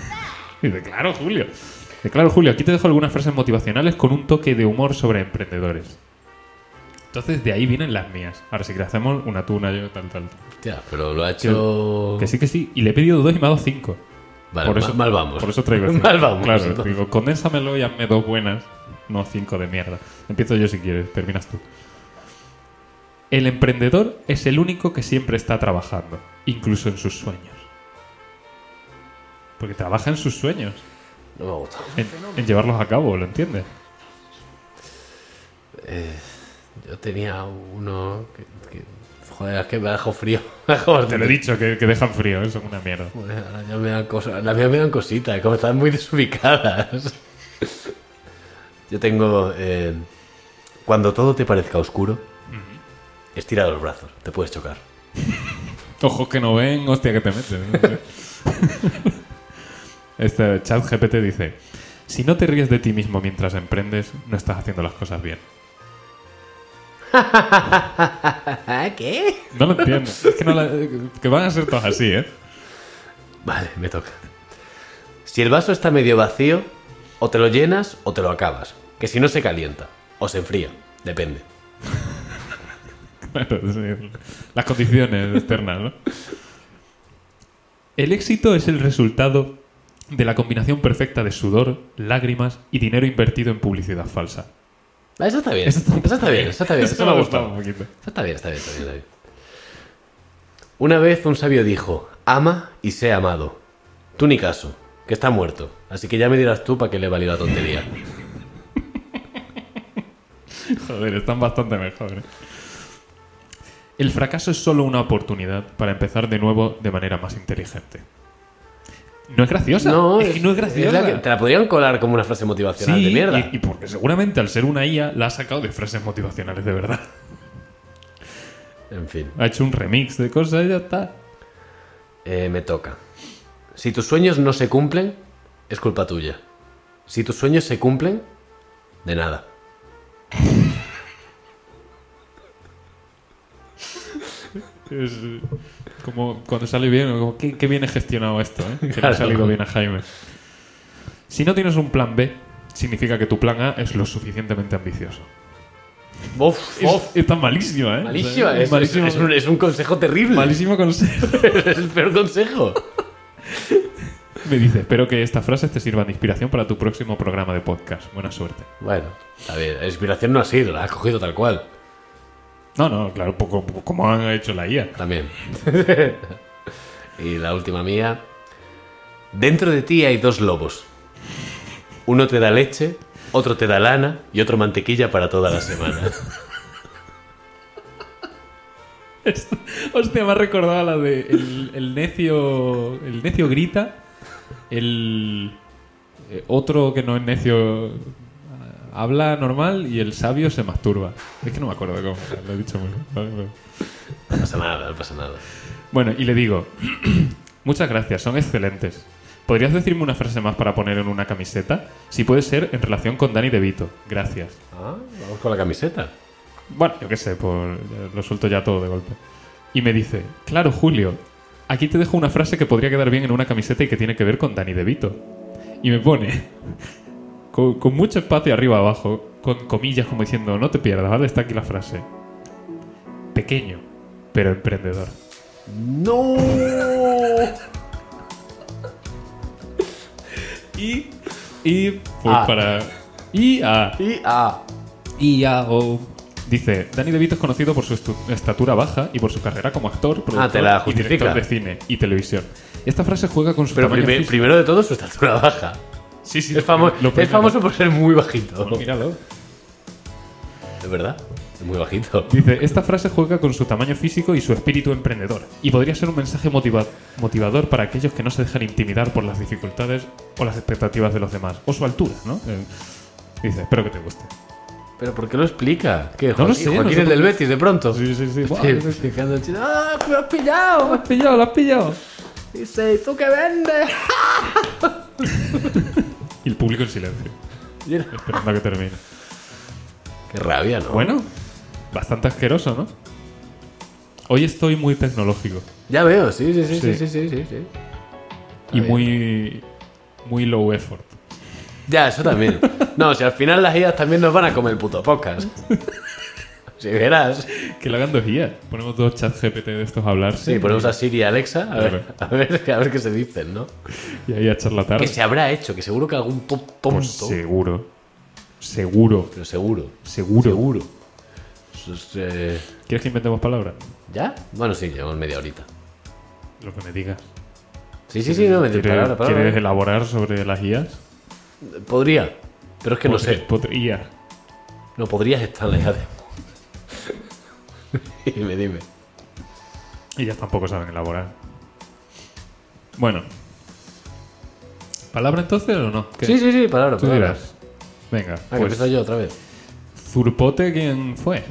S2: Dice, claro, Julio. Dice, claro, Julio, aquí te dejo algunas frases motivacionales con un toque de humor sobre emprendedores. Entonces de ahí vienen las mías. Ahora sí que le hacemos una tuna, yo, tal, tal. tal.
S1: Hostia, pero lo ha hecho.
S2: Que sí, que sí. Y le he pedido dos y me ha dado cinco.
S1: Vale, ma- mal vamos.
S2: Por eso
S1: *laughs*
S2: traigo
S1: Mal vamos,
S2: Claro,
S1: entonces.
S2: digo, condénsamelo y hazme dos buenas, no cinco de mierda. Empiezo yo si quieres, terminas tú. El emprendedor es el único que siempre está trabajando, incluso en sus sueños. Porque trabaja en sus sueños,
S1: No me ha gustado.
S2: en, en llevarlos a cabo, ¿lo entiendes?
S1: Yo tenía uno que. que- joder, es que me ha dejado frío. *laughs* Me ha dejado
S2: Te lo he
S1: bastante-
S2: dicho, que, que dejan frío, eso es una mierda.
S1: Joder, ahora ya me dan cosas. Las mías me dan cositas, como están muy desubicadas. *laughs* Yo tengo. eh, cuando todo te parezca oscuro, estira los brazos, te puedes chocar.
S2: Ojos que no ven, hostia que te metes. ¿no? No sé.
S1: *laughs*
S2: este chat GPT dice, si no te ríes de ti mismo mientras emprendes, no estás haciendo las cosas bien.
S3: ¿Qué?
S2: No lo
S1: *laughs*
S2: entiendo. Es que, no la- que van a ser todas así, ¿eh?
S1: Vale, me toca. Si el vaso está medio vacío, o te lo llenas o te lo acabas. Que si no se calienta o se enfría, depende.
S2: Claro, sí. Las condiciones externas, ¿no? El éxito es el resultado de la combinación perfecta de sudor, lágrimas y dinero invertido en publicidad falsa.
S1: Ah, Eso está bien, eso está, bien, eso está bien, eso me ha gustado.
S2: un poquito.
S1: Eso Está bien, está bien, está bien, está bien. Una vez un sabio dijo, ama y sé amado. Tú ni caso, que está muerto. Así que ya me dirás tú para qué le valió la tontería.
S2: Joder, están bastante mejor. ¿eh? El fracaso es solo una oportunidad para empezar de nuevo de manera más inteligente. No es graciosa. es, que *laughs* no es graciosa.
S1: la que- te la podrían colar como una frase motivacional
S2: Sí,
S1: de mierda.
S2: Y, y porque seguramente al ser una IA la ha sacado de frases motivacionales de verdad.
S1: En fin,
S2: Ha hecho un remix de cosas y ya está.
S1: eh, me toca. Si tus sueños no se cumplen, es culpa tuya. Si tus sueños se cumplen, de nada.
S2: Es eh, como cuando sale bien, como, qué, qué bien he gestionado esto, ¿eh? que le ha
S1: Claro.
S2: salido bien a Jaime. Si no tienes un plan B, significa que tu plan A es lo suficientemente ambicioso.
S1: Uf,
S2: Es-
S1: uf,
S2: está malísima, ¿eh?
S1: malísima,
S2: O sea,
S1: es, es-
S2: malísimo,
S1: es
S2: *laughs*
S1: un, es un consejo terrible.
S2: malísimo *laughs* consejo.
S1: *laughs* es el peor consejo.
S2: Me dice, espero que estas frases te sirvan de inspiración para tu próximo programa de podcast. Buena suerte.
S1: Bueno, a ver, la inspiración no ha sido, la has cogido tal cual.
S2: No, no, claro, poco- poco- como han hecho la IA.
S1: También. y la última mía. Dentro de ti hay dos lobos. Uno te da leche, otro te da lana y otro mantequilla para toda la semana.
S2: *laughs* Esto- *laughs* Hostia, me ha recordado a la de el, el necio. El necio grita. El eh, otro que no es necio eh, habla normal y el sabio se masturba. Es que no me acuerdo de cómo, era, lo he dicho muy bien, ¿vale? Pero-
S1: No pasa nada, no pasa nada.
S2: Bueno, y le digo, *clears throat* muchas gracias, son excelentes. ¿Podrías decirme una frase más para poner en una camiseta? Si puede ser en relación con Dani De Vito. Gracias.
S1: Ah, vamos con la camiseta.
S2: Bueno, yo qué sé, por, lo suelto ya todo de golpe. Y me dice, claro, Julio, aquí te dejo una frase que podría quedar bien en una camiseta y que tiene que ver con Dani DeVito. Y me pone, *laughs* con, con mucho espacio arriba abajo, con comillas como diciendo, no te pierdas, ¿vale? Está aquí la frase. Pequeño, pero emprendedor.
S1: ¡No!
S2: Y, y pues
S1: Ah.
S2: para... Y a...
S1: Y ah,
S2: Y a... o- Dice, Danny DeVito es conocido por su estu- estatura baja y por su carrera como actor, productor
S1: Ah, te la
S2: y director
S1: justifica.
S2: de cine y televisión. Esta frase juega con su
S1: Pero
S2: tamaño
S1: prime-
S2: físico.
S1: primero de todo, su estatura baja.
S2: Sí, sí,
S1: Es, famo-
S2: lo
S1: es
S2: primero. Pues
S1: famoso por ser muy bajito.
S2: Bueno, míralo.
S1: Es verdad, es muy bajito.
S2: Dice, esta frase juega con su tamaño físico y su espíritu emprendedor, y podría ser un mensaje motiva- motivador para aquellos que no se dejan intimidar por las dificultades o las expectativas de los demás, o su altura, ¿no? Eh, dice, espero que te guste.
S1: ¿Pero por qué lo explica? ¿Qué,
S2: No lo
S1: Joaquín,
S2: sé, no
S1: Joaquín
S2: sé
S1: el
S2: por
S1: del
S2: qué.
S1: Betis, de pronto?
S2: Sí, sí, sí.
S1: Sí,
S2: Buah,
S1: fijando el chino. ¡Ah, me lo has pillado!
S2: has pillado, lo has pillado.
S1: Dice, ¿y tú qué vendes?
S2: Y el público en silencio, esperando a que termine.
S1: Qué rabia, ¿no?
S2: Bueno, bastante asqueroso, ¿no? Hoy estoy muy tecnológico.
S1: Ya veo, sí, sí, sí,
S2: Sí.
S1: sí, sí, sí, sí, sí.
S2: y
S1: bien.
S2: muy muy low effort.
S1: Ya, eso también. No, si al final las ideas también nos van a comer el puto podcast. Si verás.
S2: Que lo hagan dos días. Ponemos dos chats GPT de estos a hablar.
S1: Sí, ponemos a Siri y Alexa a ver, a ver, a ver qué se dicen, ¿no?
S2: Y ahí a charlatar.
S1: Que se habrá hecho, que seguro que algún to- tonto.
S2: Pues seguro. Seguro.
S1: Pero seguro.
S2: Seguro.
S1: Seguro. Eso es, eh,
S2: ¿Quieres que inventemos palabras?
S1: ¿Ya? Bueno, sí, llevamos media horita.
S2: Lo que me digas.
S1: Sí, sí, sí, no, me
S2: ¿Quieres,
S1: palabra, palabra. ¿eh?
S2: quieres elaborar sobre las IAS?
S1: Podría, pero es que no sé.
S2: Podría.
S1: No podrías estar lejos.
S2: *laughs*
S1: dime, dime.
S2: Ellas tampoco saben elaborar. Bueno. ¿Palabra entonces o no? ¿Qué?
S1: Sí, sí, sí, palabra,
S2: Tú
S1: palabra.
S2: dirás. Venga,
S1: Ah, que
S2: pues.
S1: empiezo yo otra vez.
S2: ¿Zurpote quién fue?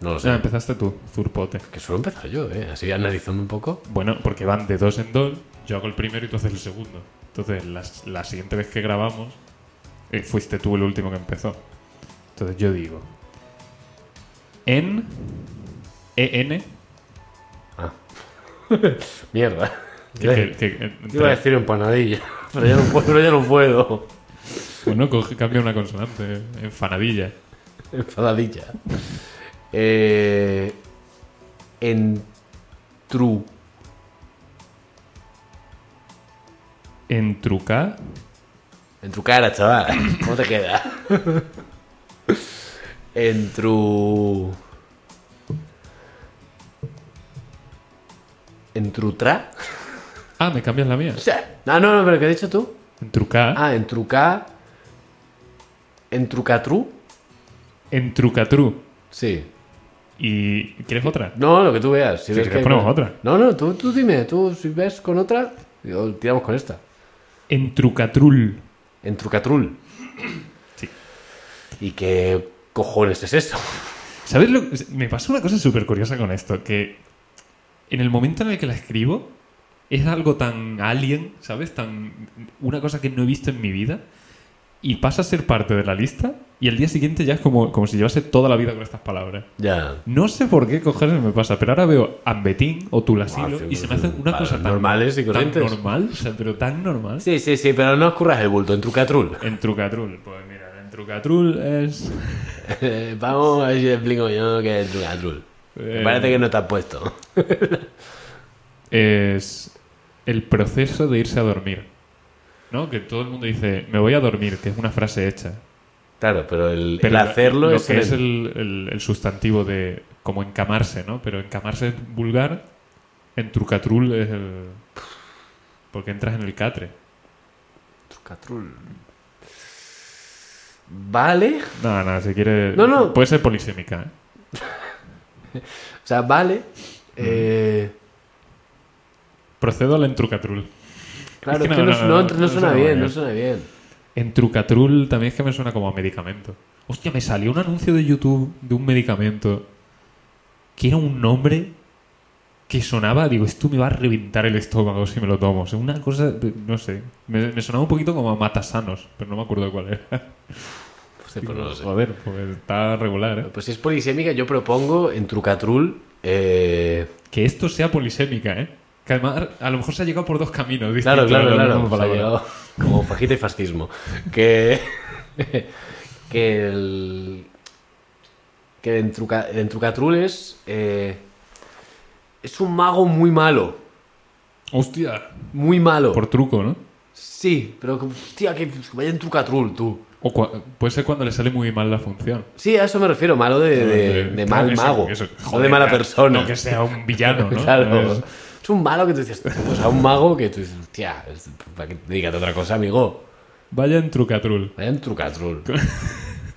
S1: No lo sé.
S2: Ah, empezaste tú, Zurpote.
S1: Que suelo empezar yo, ¿eh? Así analizando un poco.
S2: Bueno, porque van de dos en dos, yo hago el primero y tú haces el segundo. Entonces, las- la siguiente vez que grabamos, eh, fuiste tú el último que empezó. Entonces, yo digo: En. E EN. *laughs*
S1: Mierda.
S2: que- que- que- entre-
S1: Iba a decir empanadilla, *laughs* pero ya no puedo. Pero ya no puedo.
S2: Bueno, coge- cambia una consonante, eh, enfanadilla.
S1: Enfadadilla. Eh, en true.
S2: Entrucar.
S1: En tu cara, chaval. ¿Cómo te queda? en tu... ¿En tu tra? *laughs*
S2: Ah, me cambias la mía.
S1: O sea, no, no, no, pero ¿qué has dicho tú?
S2: Entrucar.
S1: Ah, en truca... ¿En trucatru?
S2: Entrucatru.
S1: Sí.
S2: ¿Y quieres otra?
S1: No, lo que tú veas. Si
S2: Si
S1: ves
S2: quieres
S1: que hay
S2: ponemos
S1: cosas-
S2: otra.
S1: No, no, tú, tú dime. Tú si ves con otra, yo- tiramos con esta.
S2: Entrucatrul.
S1: En trucatrul.
S2: Sí.
S1: ¿Y qué cojones es eso? *laughs*
S2: ¿Sabes lo Me pasó una cosa súper curiosa con esto, que en el momento en el que la escribo, es algo tan alien, ¿sabes? Tan una cosa que no he visto en mi vida, y pasa a ser parte de la lista, y el día siguiente ya es como, como si llevase toda la vida con estas palabras.
S1: Ya.
S2: No sé por qué cojones me pasa, pero ahora veo ambetín o tulasilo
S1: Ah, sí,
S2: y se me hace una
S1: vale,
S2: cosa tan,
S1: normales y
S2: tan
S1: corrientes.
S2: normal, o sea, pero tan normal.
S1: Sí, sí, sí, pero no escurras el bulto, en trucatrul.
S2: En Trucatrul, pues mira, en Trucatrul es...
S1: Eh, *laughs* Vamos a ver si te explico yo qué es el trucatrul.
S2: Eh.
S1: Parece que no te has puesto.
S2: es el proceso de irse a dormir. ¿No? Que todo el mundo dice, me voy a dormir, que es una frase hecha.
S1: Claro, pero el,
S2: Pero
S1: el hacerlo
S2: lo
S1: es,
S2: que es
S1: el-
S2: el, el- el sustantivo de como encamarse, ¿no? Pero encamarse es vulgar, en trucatrul es el... Porque entras en el catre.
S1: Trucatrul. Vale.
S2: No, no, si quieres...
S1: No, no.
S2: Puede ser polisémica, ¿eh?
S1: O sea, vale.
S2: Mm.
S1: Eh,
S2: Procedo al entrucatrul.
S1: claro,
S2: Es que
S1: es que
S2: no,
S1: no,
S2: no,
S1: no-
S2: no,
S1: no
S2: no
S1: suena
S2: suena ¿eh?
S1: bien,
S2: bien.
S1: no suena bien.
S2: Entrucatrul también es que me suena como a medicamento. Hostia, me salió un anuncio de YouTube de un medicamento que era un nombre que sonaba, digo, esto me va a reventar el estómago si me lo tomo. O sea, una cosa, de- no sé, me, me sonaba un poquito como a matasanos, pero no me acuerdo de cuál era.
S1: Pues, sí, pues no lo sé.
S2: Joder, pues está regular, ¿eh?
S1: Pues si es polisémica, yo propongo en trucatrul. eh,
S2: Que esto sea polisémica, ¿eh? Que además, a lo mejor se ha llegado por dos caminos.
S1: Claro,
S2: distintos,
S1: claro,
S2: la
S1: claro.
S2: misma
S1: pues ha
S2: palabra.
S1: llegado como fajita y fascismo. Que. *laughs* que el. Que en, truca, en Trucatrul es. eh, es un mago muy malo.
S2: Hostia,
S1: Muy malo.
S2: por truco, ¿no?
S1: Sí, pero que- hostia, que vaya en Trucatrul, tú.
S2: O cua- puede ser cuando le sale muy mal la función.
S1: Sí, a eso me refiero, malo de, de- de
S2: Claro,
S1: mal
S2: eso,
S1: mago.
S2: eso.
S1: no
S2: Joder,
S1: de mala
S2: claro,
S1: persona.
S2: No que sea un villano,
S1: *laughs*
S2: ¿no?
S1: Claro.
S2: Es-
S1: Es un malo que tú dices. O sea, un mago que tú dices, hostia, es- para que te digas otra cosa, amigo.
S2: Vaya en trucatrul.
S1: Vaya en Trucatrul.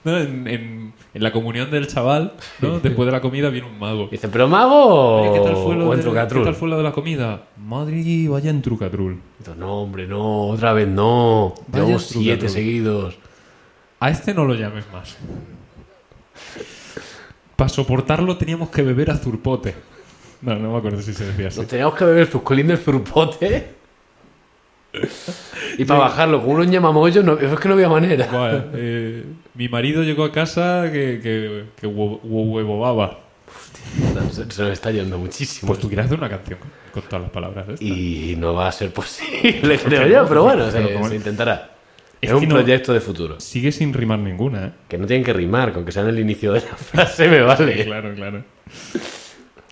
S2: ¿No? En, en- en la comunión del chaval, ¿no? Después de la comida viene un mago.
S1: Dicen, pero mago
S2: Oye, ¿qué, tal fue lo
S1: o en
S2: de,
S1: Trucatrul.
S2: ¿Qué tal fue lo de la comida? Madre, vaya en trucatrul.
S1: Entonces, No, hombre, no, otra vez no.
S2: Vaya
S1: Llevamos
S2: Trucatrul.
S1: siete seguidos.
S2: A este no lo llames más. Para soportarlo teníamos que beber a zurpote. No, no me acuerdo si se decía así.
S1: Nos teníamos que beber sus colín del zurpote. y para bajarlo con unos ñamamollos, no, es que no había manera.
S2: Buah, eh, mi marido llegó a casa que, que, que huevo- huevobaba.
S1: Se, se nos está yendo muchísimo.
S2: Pues tú quieres hacer una canción con todas las palabras. ¿eh? *laughs* Pues
S1: y no va a ser posible, creo yo, pero bueno,
S2: Pero
S1: se,
S2: como-
S1: se intentará. Es,
S2: que
S1: un
S2: no-
S1: proyecto de futuro.
S2: Sigue sin rimar ninguna, ¿eh?
S1: Que no tienen que rimar, con que sea en el inicio de la *laughs* frase me vale.
S2: Claro, claro. Eh.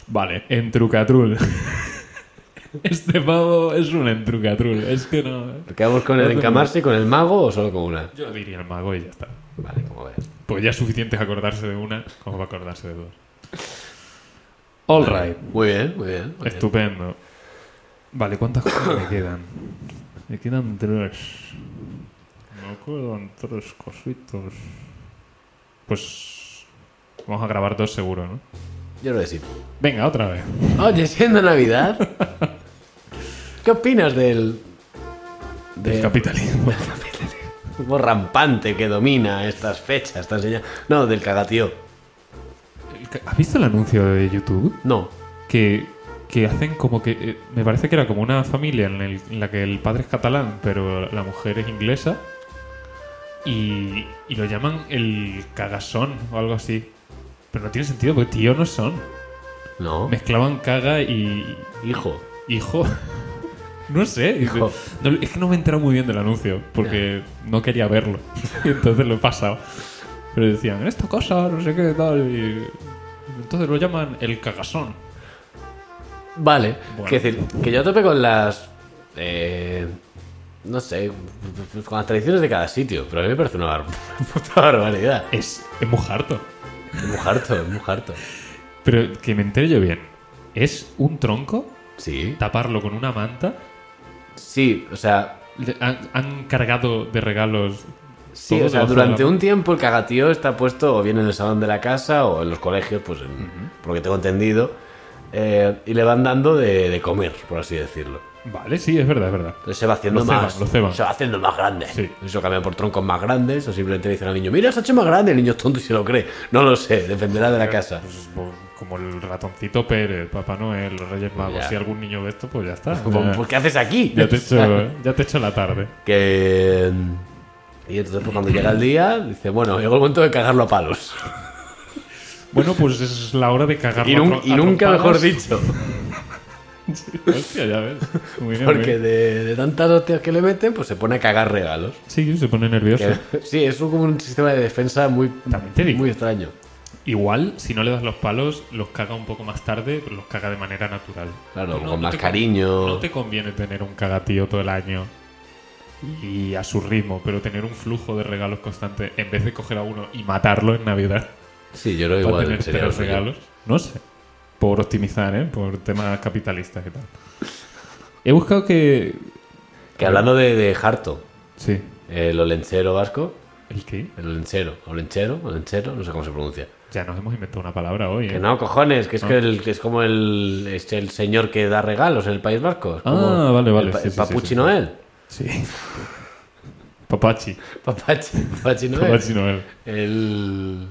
S2: Vale, entrucatrul. *laughs* Este pavo es un entrucatrul. Es que no. ¿eh?
S1: ¿Quedamos con el encamarse y con el mago o solo con una?
S2: Yo diría el mago y ya está.
S1: Vale, como ves.
S2: Pues ya es suficiente acordarse de una como para acordarse de dos. All right.
S1: Muy bien, muy bien. muy bien.
S2: Estupendo. Vale, ¿cuántas cosas me quedan? Me quedan tres. Me quedan tres cositos. Pues vamos a grabar dos seguro, ¿no?
S1: Yo lo decido.
S2: Venga, otra vez.
S1: Oye, siendo Navidad, ¿qué opinas del.
S2: Del capitalismo.
S1: capitalismo rampante que domina estas fechas, estas señal- No, del cagatío.
S2: El ca- *laughs* ¿Has visto el anuncio de YouTube?
S1: No.
S2: Que, que hacen como que... eh, me parece que era como una familia en, el- en la que el padre es catalán, pero la mujer es inglesa. Y, y lo llaman el cagasón o algo así. Pero no tiene sentido porque tío no son.
S1: No.
S2: Mezclaban caga y
S1: Hijo.
S2: hijo. *laughs* No sé. dice-
S1: Hijo.
S2: no, es que no me he enterado muy bien del anuncio porque no quería verlo. *laughs* Y entonces lo he pasado. Pero decían, esta cosa, no sé qué tal. Y entonces lo llaman el cagasón.
S1: Vale.
S2: Bueno.
S1: Quiero decir, que yo tope con las. eh, no sé, con las tradiciones de cada sitio, pero a mí me parece una, bar- *laughs* una puta barbaridad.
S2: Es, es muy harto.
S1: Es muy harto, es muy harto.
S2: Pero que me entere yo bien. Es un tronco,
S1: Sí,
S2: taparlo con una manta.
S1: sí, o sea,
S2: le- han, han cargado de regalos.
S1: Sí,
S2: todo
S1: o sea,
S2: debajo de
S1: durante
S2: la-
S1: un tiempo el cagatío está puesto o bien en el salón de la casa o en los colegios, pues en- por lo que tengo entendido, eh, y le van dando de, de comer, por así decirlo.
S2: Vale, sí, es verdad, es verdad.
S1: Entonces se va haciendo
S2: Lo ceban,
S1: más.
S2: lo ceban.
S1: se va haciendo más grande.
S2: Sí.
S1: Eso cambian por troncos más grandes, o simplemente le dicen al niño, mira, se ha hecho más grande, el niño es tonto y se lo cree. No lo sé, dependerá de la casa.
S2: Pues, bo- como el ratoncito Pérez, Papá Noel, los Reyes Magos.
S1: Ya.
S2: Si algún niño de esto, pues ya está.
S1: Como,
S2: Ya-
S1: "¿Pues ¿Qué haces aquí?
S2: Ya te eh. echo, ya te echo la tarde.
S1: *laughs* Que. Y entonces, pues, cuando llega el día, dice, bueno, llegó el momento de cagarlo a palos.
S2: Bueno, pues es la hora de cagar
S1: Y, nun- y nunca mejor dicho.
S2: Hostia, ya ves. Muy bien, muy
S1: Porque
S2: bien.
S1: de, de tantas hostias que le meten, pues se pone a cagar regalos.
S2: Sí, se pone nervioso. *laughs*
S1: Que- sí, es un- como un sistema de defensa muy,
S2: También te digo.
S1: muy extraño.
S2: Igual, si no le das los palos, los caga un poco más tarde, pero los caga de manera natural.
S1: Claro,
S2: No, no
S1: con más
S2: te con-
S1: cariño.
S2: No te conviene tener un cagatío todo el año y a su ritmo, pero tener un flujo de regalos constante en vez de coger a uno y matarlo en Navidad.
S1: Sí, yo creo que
S2: para
S1: igual
S2: tener
S1: sería
S2: tres
S1: lo suyo.
S2: regalos. No sé. Por optimizar, ¿eh? Por temas capitalistas y tal. He buscado que.
S1: Que hablando de, de Harto,
S2: Sí.
S1: el olenchero vasco,
S2: ¿El qué?
S1: el olenchero, olenchero, olenchero, no sé cómo se pronuncia.
S2: Ya nos hemos inventado una palabra hoy, ¿eh?
S1: Que no, cojones, que es, que el- que es como el, es el señor que da regalos en el País Vasco. es como
S2: Ah, vale, vale,
S1: El, pa-
S2: sí,
S1: el
S2: sí,
S1: Papuchi
S2: sí, sí.
S1: Noel. *laughs*
S2: Sí. Papachi.
S1: Papachi,
S2: *laughs*
S1: Papachi Noel.
S2: Papachi Noel.
S1: El.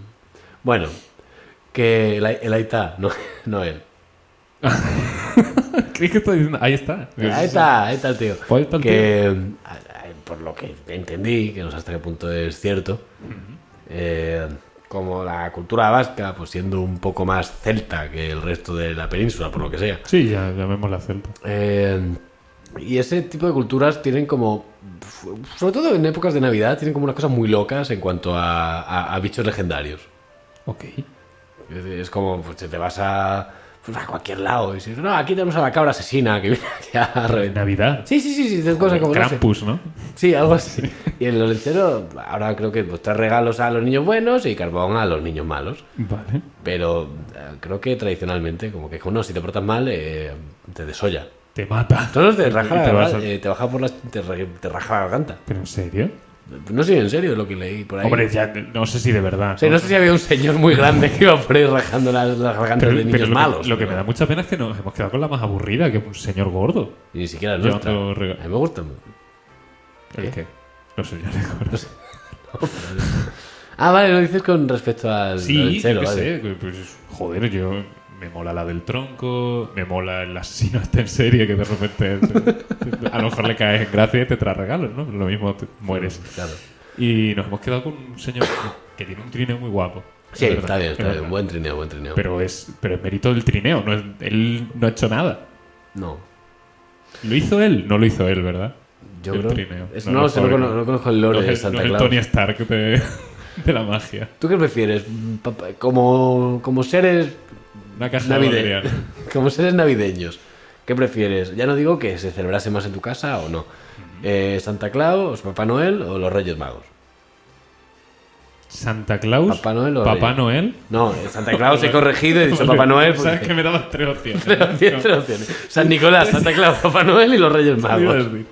S1: Bueno, que el, el Aitá, no, *laughs* no él.
S2: ¿Crees que está diciendo? Ahí está.
S1: Ahí está, ahí está el tío.
S2: Pues ahí está el
S1: que, a- a- por lo que entendí, que no sé hasta qué punto es cierto, eh, como la cultura vasca, pues siendo un poco más celta que el resto de la península, por lo que sea.
S2: Sí, ya llamémosla celta.
S1: eh, y ese tipo de culturas tienen como, sobre todo en épocas de Navidad, tienen como unas cosas muy locas en cuanto a- a- a bichos legendarios.
S2: Ok.
S1: Es, es como, pues te te vas a, pues, a cualquier lado y dices, no, aquí tenemos a la cabra asesina que viene aquí a reventar.
S2: Navidad.
S1: Sí, sí, sí, sí, esas cosas como no sé.
S2: Krampus, ¿no?
S1: Sí, algo así. Y el lolenchero, ahora creo que pues, trae regalos a los niños buenos y carbón a los niños malos.
S2: Vale.
S1: Pero eh, creo que tradicionalmente, como que uno, si te portas mal, eh, te desolla.
S2: Te mata.
S1: Entonces te raja, la
S2: te vas
S1: garga-
S2: a-
S1: eh, te baja por las, te, re- te raja la garganta.
S2: ¿Pero en serio?
S1: No sé, en serio, lo que leí por ahí.
S2: Hombre, ya no sé si de verdad.
S1: O sea, no sé si había un señor muy grande que iba por ahí rajando las, las gargantas
S2: Pero-
S1: de
S2: pero
S1: niños
S2: lo,
S1: malos.
S2: que, lo que
S1: pero-
S2: me da mucha pena es que nos hemos quedado con la más aburrida, que es un señor gordo.
S1: Y ni siquiera es
S2: Yo
S1: nuestra.
S2: no regalo.
S1: A mí me gusta. mucho.
S2: ¿El qué? Los *laughs* señores gordos.
S1: Ah, vale, lo dices con respecto al
S2: Sí, yo
S1: lolenchero,
S2: qué
S1: vale.
S2: sé, que, pues, joder, yo me mola la del tronco, me mola el asesino este en serie que de repente te- a lo mejor le caes en gracia y te trae regalos, ¿no? Lo mismo te- mueres.
S1: Claro.
S2: Y nos hemos quedado con un señor que tiene un trineo muy guapo.
S1: Sí,
S2: Es verdad,
S1: está bien,
S2: es
S1: está bien.
S2: verdad.
S1: Buen trineo, buen trineo.
S2: Pero es, pero es mérito del trineo, no es- él no ha hecho nada.
S1: No.
S2: ¿Lo hizo él? No lo hizo él, ¿verdad?
S1: Yo
S2: El
S1: creo.
S2: trineo.
S1: es-
S2: No
S1: no,
S2: lo
S1: lo sé, no,
S2: fabrican.
S1: conozco- no conozco el lore
S2: No es
S1: de
S2: el- no
S1: Santa
S2: es el
S1: Claus.
S2: Tony Stark de, de la magia.
S1: ¿Tú qué prefieres? Mm, pa- pa- Como, como seres
S2: Una caja de
S1: navideños.
S2: Valeriana.
S1: *laughs* Como seres navideños. ¿Qué prefieres? Ya no digo que se celebrase más en tu casa o no. Eh, ¿Santa Claus, Papá Noel o los Reyes Magos?
S2: Santa Claus.
S1: Papá Noel o
S2: Papá
S1: Reyes.
S2: Noel.
S1: No, eh, Santa
S2: *laughs*
S1: Claus he corregido y he dicho
S2: Vale.
S1: Papá Noel.
S2: Sabes
S1: porque- *laughs*
S2: que me dabas tres opciones.
S1: Tiene tres opciones. San Nicolás, Santa Claus, Papá Noel y los Reyes
S2: Iba a
S1: Magos.
S2: decir.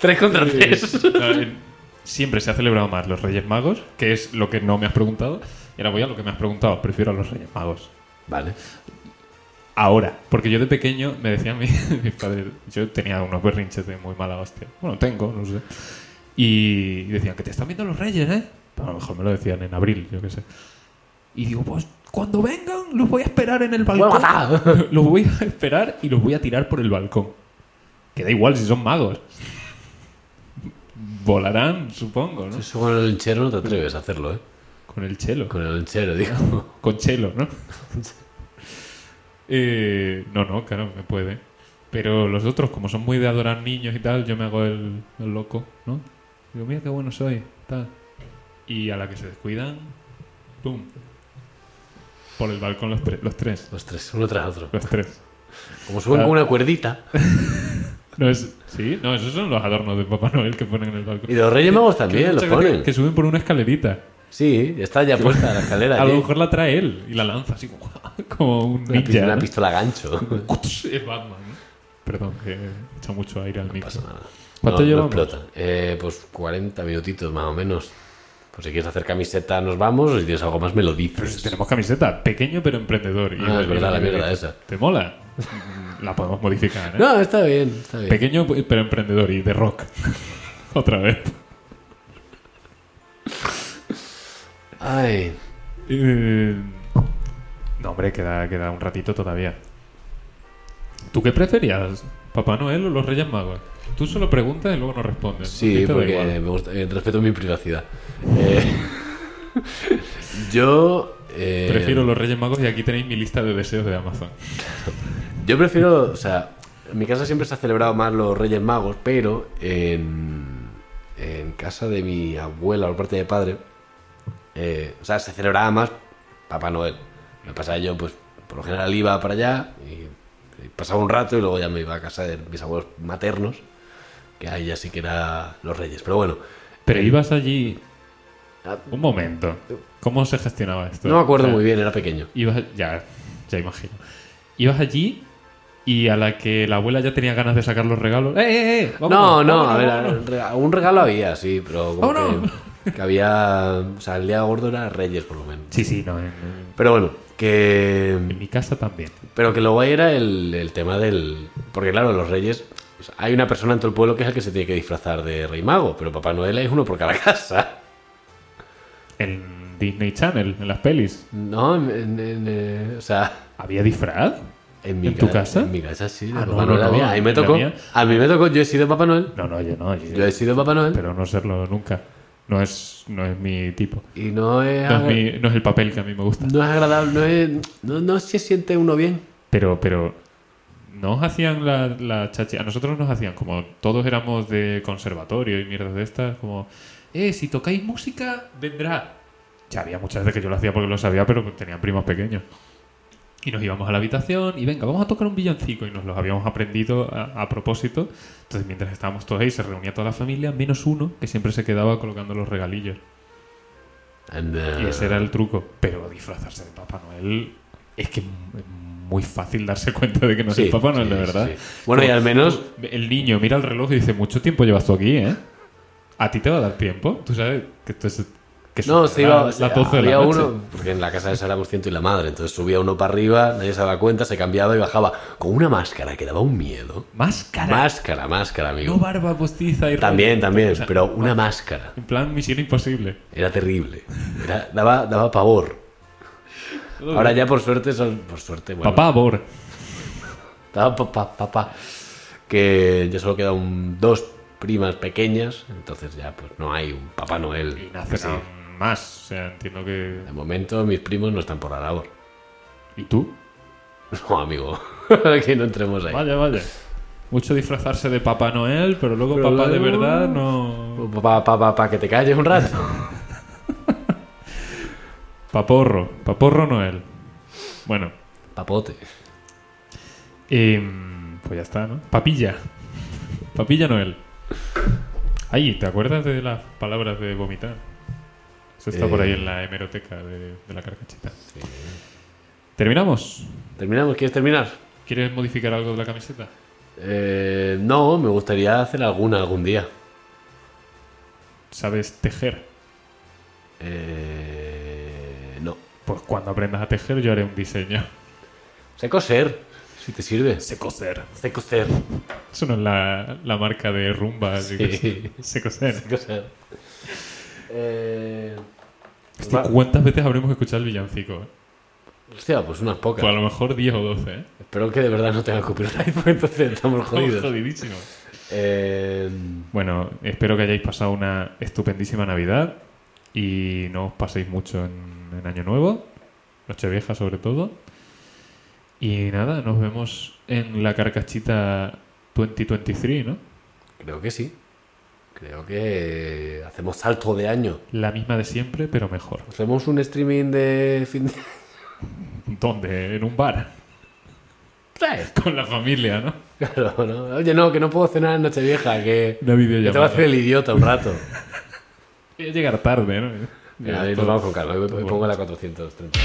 S1: Tres
S2: *laughs*
S1: contra tres.
S2: No, en- Siempre se ha celebrado más los Reyes Magos, que es lo que no me has preguntado. Y ahora voy a lo que me has preguntado. Prefiero a los Reyes Magos.
S1: Vale.
S2: Ahora, porque yo de pequeño me decían mi- *laughs* mis padres, yo tenía unos berrinches de muy mala hostia. Bueno, tengo, no sé. Y decían que te están viendo los reyes, ¿eh? Pero a lo mejor me lo decían en abril, yo qué sé. Y digo, pues cuando vengan, los voy a esperar en el balcón.
S1: matar.
S2: *laughs* los voy a esperar y los voy a tirar por el balcón. Que da igual si son magos. Volarán, supongo, ¿no?
S1: *laughs* Eso con el lonchero no te atreves a hacerlo, ¿eh?
S2: Con el chelo.
S1: Con el lonchero, digo. *laughs*
S2: Con chelo, ¿no? Eh, no, no, claro, me puede. Pero los otros, como son muy de adorar niños y tal, yo me hago el, el loco, ¿no? Digo, mira qué bueno soy, tal. Y a la que se descuidan, ¡pum! Por el balcón los, tres los tres.
S1: Los tres, uno tras otro.
S2: Los tres.
S1: Como suben con una cuerdita.
S2: No es, sí, no, esos son los adornos de Papá Noel que ponen en el balcón.
S1: Y
S2: *laughs*
S1: los Reyes Magos
S2: Que
S1: también los
S2: muchas veces
S1: ponen.
S2: Que suben por una escalerita.
S1: Sí, está ya puesta la escalera.
S2: A lo
S1: allí.
S2: mejor la trae él y la lanza así como, *laughs* como un
S1: Una,
S2: ninja.
S1: pistola, una
S2: ¿no?
S1: pistola
S2: *laughs*
S1: gancho. No
S2: es Batman. Perdón, que he hecho mucho aire al micro.
S1: pasa nada.
S2: ¿Cuánto
S1: No, no
S2: llevamos?
S1: explota. Eh, pues 40 minutitos más o menos. Pues si quieres hacer camiseta nos vamos. Si tienes algo más me lo
S2: Pero si
S1: dices.
S2: tenemos camiseta, pequeño pero emprendedor. Y
S1: Ah, es verdad, la mierda esa.
S2: ¿Te mola? Mm, La podemos modificar, ¿eh?
S1: No, está bien, está bien.
S2: Pequeño pero emprendedor y de rock. *laughs* Otra vez.
S1: Ay,
S2: Eh, No, hombre, queda, queda un ratito todavía. ¿Tú qué preferías? ¿Papá Noel o los Reyes Magos? Tú solo preguntas y luego no respondes. A ti
S1: Sí,
S2: te da
S1: porque
S2: igual.
S1: me gusta- eh, respeto mi privacidad. Eh, *laughs* yo. eh,
S2: Prefiero los Reyes Magos y aquí tenéis mi lista de deseos de Amazon.
S1: Yo prefiero. O sea, en mi casa siempre se ha celebrado más los Reyes Magos, pero en. En casa de mi abuela, por parte de padre. eh, o sea, se celebraba más Papá Noel. Me pasaba yo, pues, por lo general iba para allá y, y pasaba un rato y luego ya me iba a casa de mis abuelos maternos, que ahí ya sí que era los Reyes. Pero bueno.
S2: Pero ibas allí.
S1: Ah.
S2: Un momento. ¿Cómo se gestionaba esto?
S1: No me acuerdo
S2: O sea,
S1: muy bien, era pequeño.
S2: Ibas, ya, ya imagino. Ibas allí y a la que la abuela ya tenía ganas de sacar los regalos. ¡Eh, eh, eh!
S1: No,
S2: Vámonos,
S1: no, Oh,
S2: vámonos,
S1: a ver,
S2: vámonos!
S1: rega- un regalo había, sí, pero como
S2: Vámonos.
S1: que, que había. O sea, el día gordo era Reyes, por lo menos.
S2: Sí, sí, no. En, en-
S1: Pero bueno,
S2: en
S1: que.
S2: mi casa también.
S1: Pero que lo guay era el, el tema del. Porque claro, los Reyes. o sea, hay una persona en todo el pueblo que es el que se tiene que disfrazar de Rey Mago, pero Papá Noel es uno por cada *laughs* casa.
S2: En Disney Channel, en las pelis.
S1: No, en- en- en, eh, o sea.
S2: ¿Había disfraz?
S1: En, mi
S2: ¿En tu
S1: ca-
S2: casa?
S1: En mi casa sí, de
S2: Ah,
S1: Papá
S2: no, no,
S1: Noel
S2: no,
S1: había. Ahí me
S2: en la
S1: tocó.
S2: mía-
S1: A mí me tocó, yo he sido Papá Noel.
S2: No, no, yo no. Yo,
S1: Yo he sido Papá Noel.
S2: Pero no serlo nunca. No es, no es mi tipo.
S1: Y no es.
S2: No es,
S1: agra-
S2: mi- no es el papel que a mí me gusta.
S1: no es agradable, no, es, no, no se siente uno bien.
S2: Pero, pero, ¿no os hacían la, la chachi? A nosotros nos hacían, como todos éramos de conservatorio y mierdas de estas, como, eh, si tocáis música, vendrá. Ya había muchas veces que yo lo hacía porque lo sabía, pero tenían primos pequeños. Y nos íbamos a la habitación y venga, vamos a tocar un villancico. Y nos los habíamos aprendido a, a propósito. Entonces, mientras estábamos todos ahí, se reunía toda la familia, menos uno, que siempre se quedaba colocando los regalillos.
S1: Anda.
S2: Y ese
S1: Ah,
S2: era el truco. Pero disfrazarse de Papá Noel es que es muy fácil darse cuenta de que no es
S1: Sí,
S2: el Papá Noel,
S1: sí,
S2: de verdad. Pues
S1: sí, sí. Bueno, y al menos-
S2: El niño mira el reloj y dice, mucho tiempo llevas tú aquí, ¿eh? ¿A ti te va a dar tiempo? Tú sabes que esto es... Que son
S1: No, se iba.
S2: las
S1: se-
S2: 12 de la
S1: había
S2: noche.
S1: uno. Porque en la casa de Sara Burciento y la madre. Entonces subía uno para arriba, nadie se daba cuenta, se cambiaba y bajaba. Con una máscara que daba un miedo.
S2: Máscara.
S1: Máscara, máscara, amigo.
S2: No barba postiza y...
S1: también,
S2: rollo.
S1: también.
S2: O sea,
S1: pero una máscara.
S2: En plan, misión imposible.
S1: Era terrible. Era- daba, daba pavor. Ahora ya por suerte son. Por suerte, bueno.
S2: Papá Bor.
S1: Papá, papá, papá. Que ya solo quedan dos primas pequeñas. Entonces ya pues no hay un Papá Noel.
S2: Y
S1: que
S2: nacen
S1: sí.
S2: aún más. O sea, entiendo que...
S1: De momento mis primos no están por la labor.
S2: ¿Y tú?
S1: *laughs* No, amigo. que no entremos ahí.
S2: Vaya, vaya. Mucho disfrazarse de Papá Noel, pero luego
S1: Pero
S2: Papá de
S1: luego-
S2: verdad no.
S1: Para que te calles un rato.
S2: Paporro, Paporro Noel. Bueno,
S1: *laughs* Papote.
S2: em, pues ya está, ¿no? Papilla. Papilla Noel. Ay, ¿te acuerdas de las palabras de vomitar? Eso está
S1: Eh.
S2: por ahí en la hemeroteca de, de la carcachita. ¿Terminamos?
S1: ¿Terminamos? ¿Quieres terminar?
S2: ¿Quieres modificar algo de la camiseta?
S1: Eh, no, me gustaría hacer alguna algún día.
S2: ¿Sabes tejer?
S1: Eh, no.
S2: Pues cuando aprendas a tejer yo haré un diseño.
S1: Sé coser, si te sirve.
S2: Sé coser.
S1: Sé *laughs* coser.
S2: Eso no es la, la marca de rumba. así que
S1: Sí.
S2: Sé coser.
S1: Sé coser. Eh,
S2: Hostia,
S1: va-
S2: ¿Cuántas veces habremos escuchado el villancico? eh?
S1: hostia, pues unas pocas.
S2: Pues a lo mejor 10 o 12, ¿eh?
S1: Espero que de verdad no tenga copyright *laughs* porque entonces estamos
S2: Estamos
S1: jodidos.
S2: jodidísimos.
S1: Eh,
S2: Bueno, espero que hayáis pasado una estupendísima Navidad y no os paséis mucho en, en Año Nuevo, Nochevieja sobre todo. Y nada, nos vemos en la carcachita 2023, ¿no?
S1: creo que sí. Creo que hacemos salto de año.
S2: La misma de siempre, pero mejor.
S1: pues Hacemos un streaming de
S2: *laughs*
S1: fin de...
S2: ¿Dónde? En un bar, *laughs*
S1: Sí,
S2: con la familia, ¿no?
S1: Claro, ¿no? Oye, no, que no puedo cenar en Nochevieja, que...
S2: Una
S1: que te va a
S2: videollamada.
S1: hacer el idiota
S2: *laughs*
S1: un rato.
S2: Voy a llegar tarde, ¿no?
S1: Mira, Eh, ahí
S2: Todo-
S1: nos vamos con calma. Hoy me-
S2: todo
S1: me
S2: pues, bueno.
S1: pongo la 430.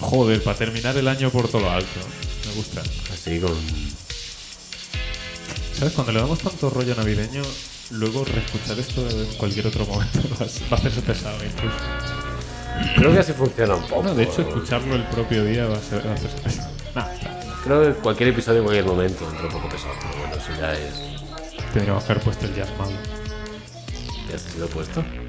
S2: Joder, para terminar el año por todo lo alto. Me gusta.
S1: Así con...
S2: ¿Sabes? Cuando le damos tanto rollo navideño, luego reescuchar esto en cualquier otro momento *laughs* va a ser- va a hacerse pesado incluso.
S1: Creo que así funciona un poco.
S2: No, de hecho, escucharlo el propio día va a, ser, va a hacerse pesado. Nah, está.
S1: Creo que cualquier episodio en cualquier momento entra un poco pesado. Pero bueno, eso ya es...
S2: tendríamos que haber puesto el jazz malo.
S1: Ya se lo he puesto.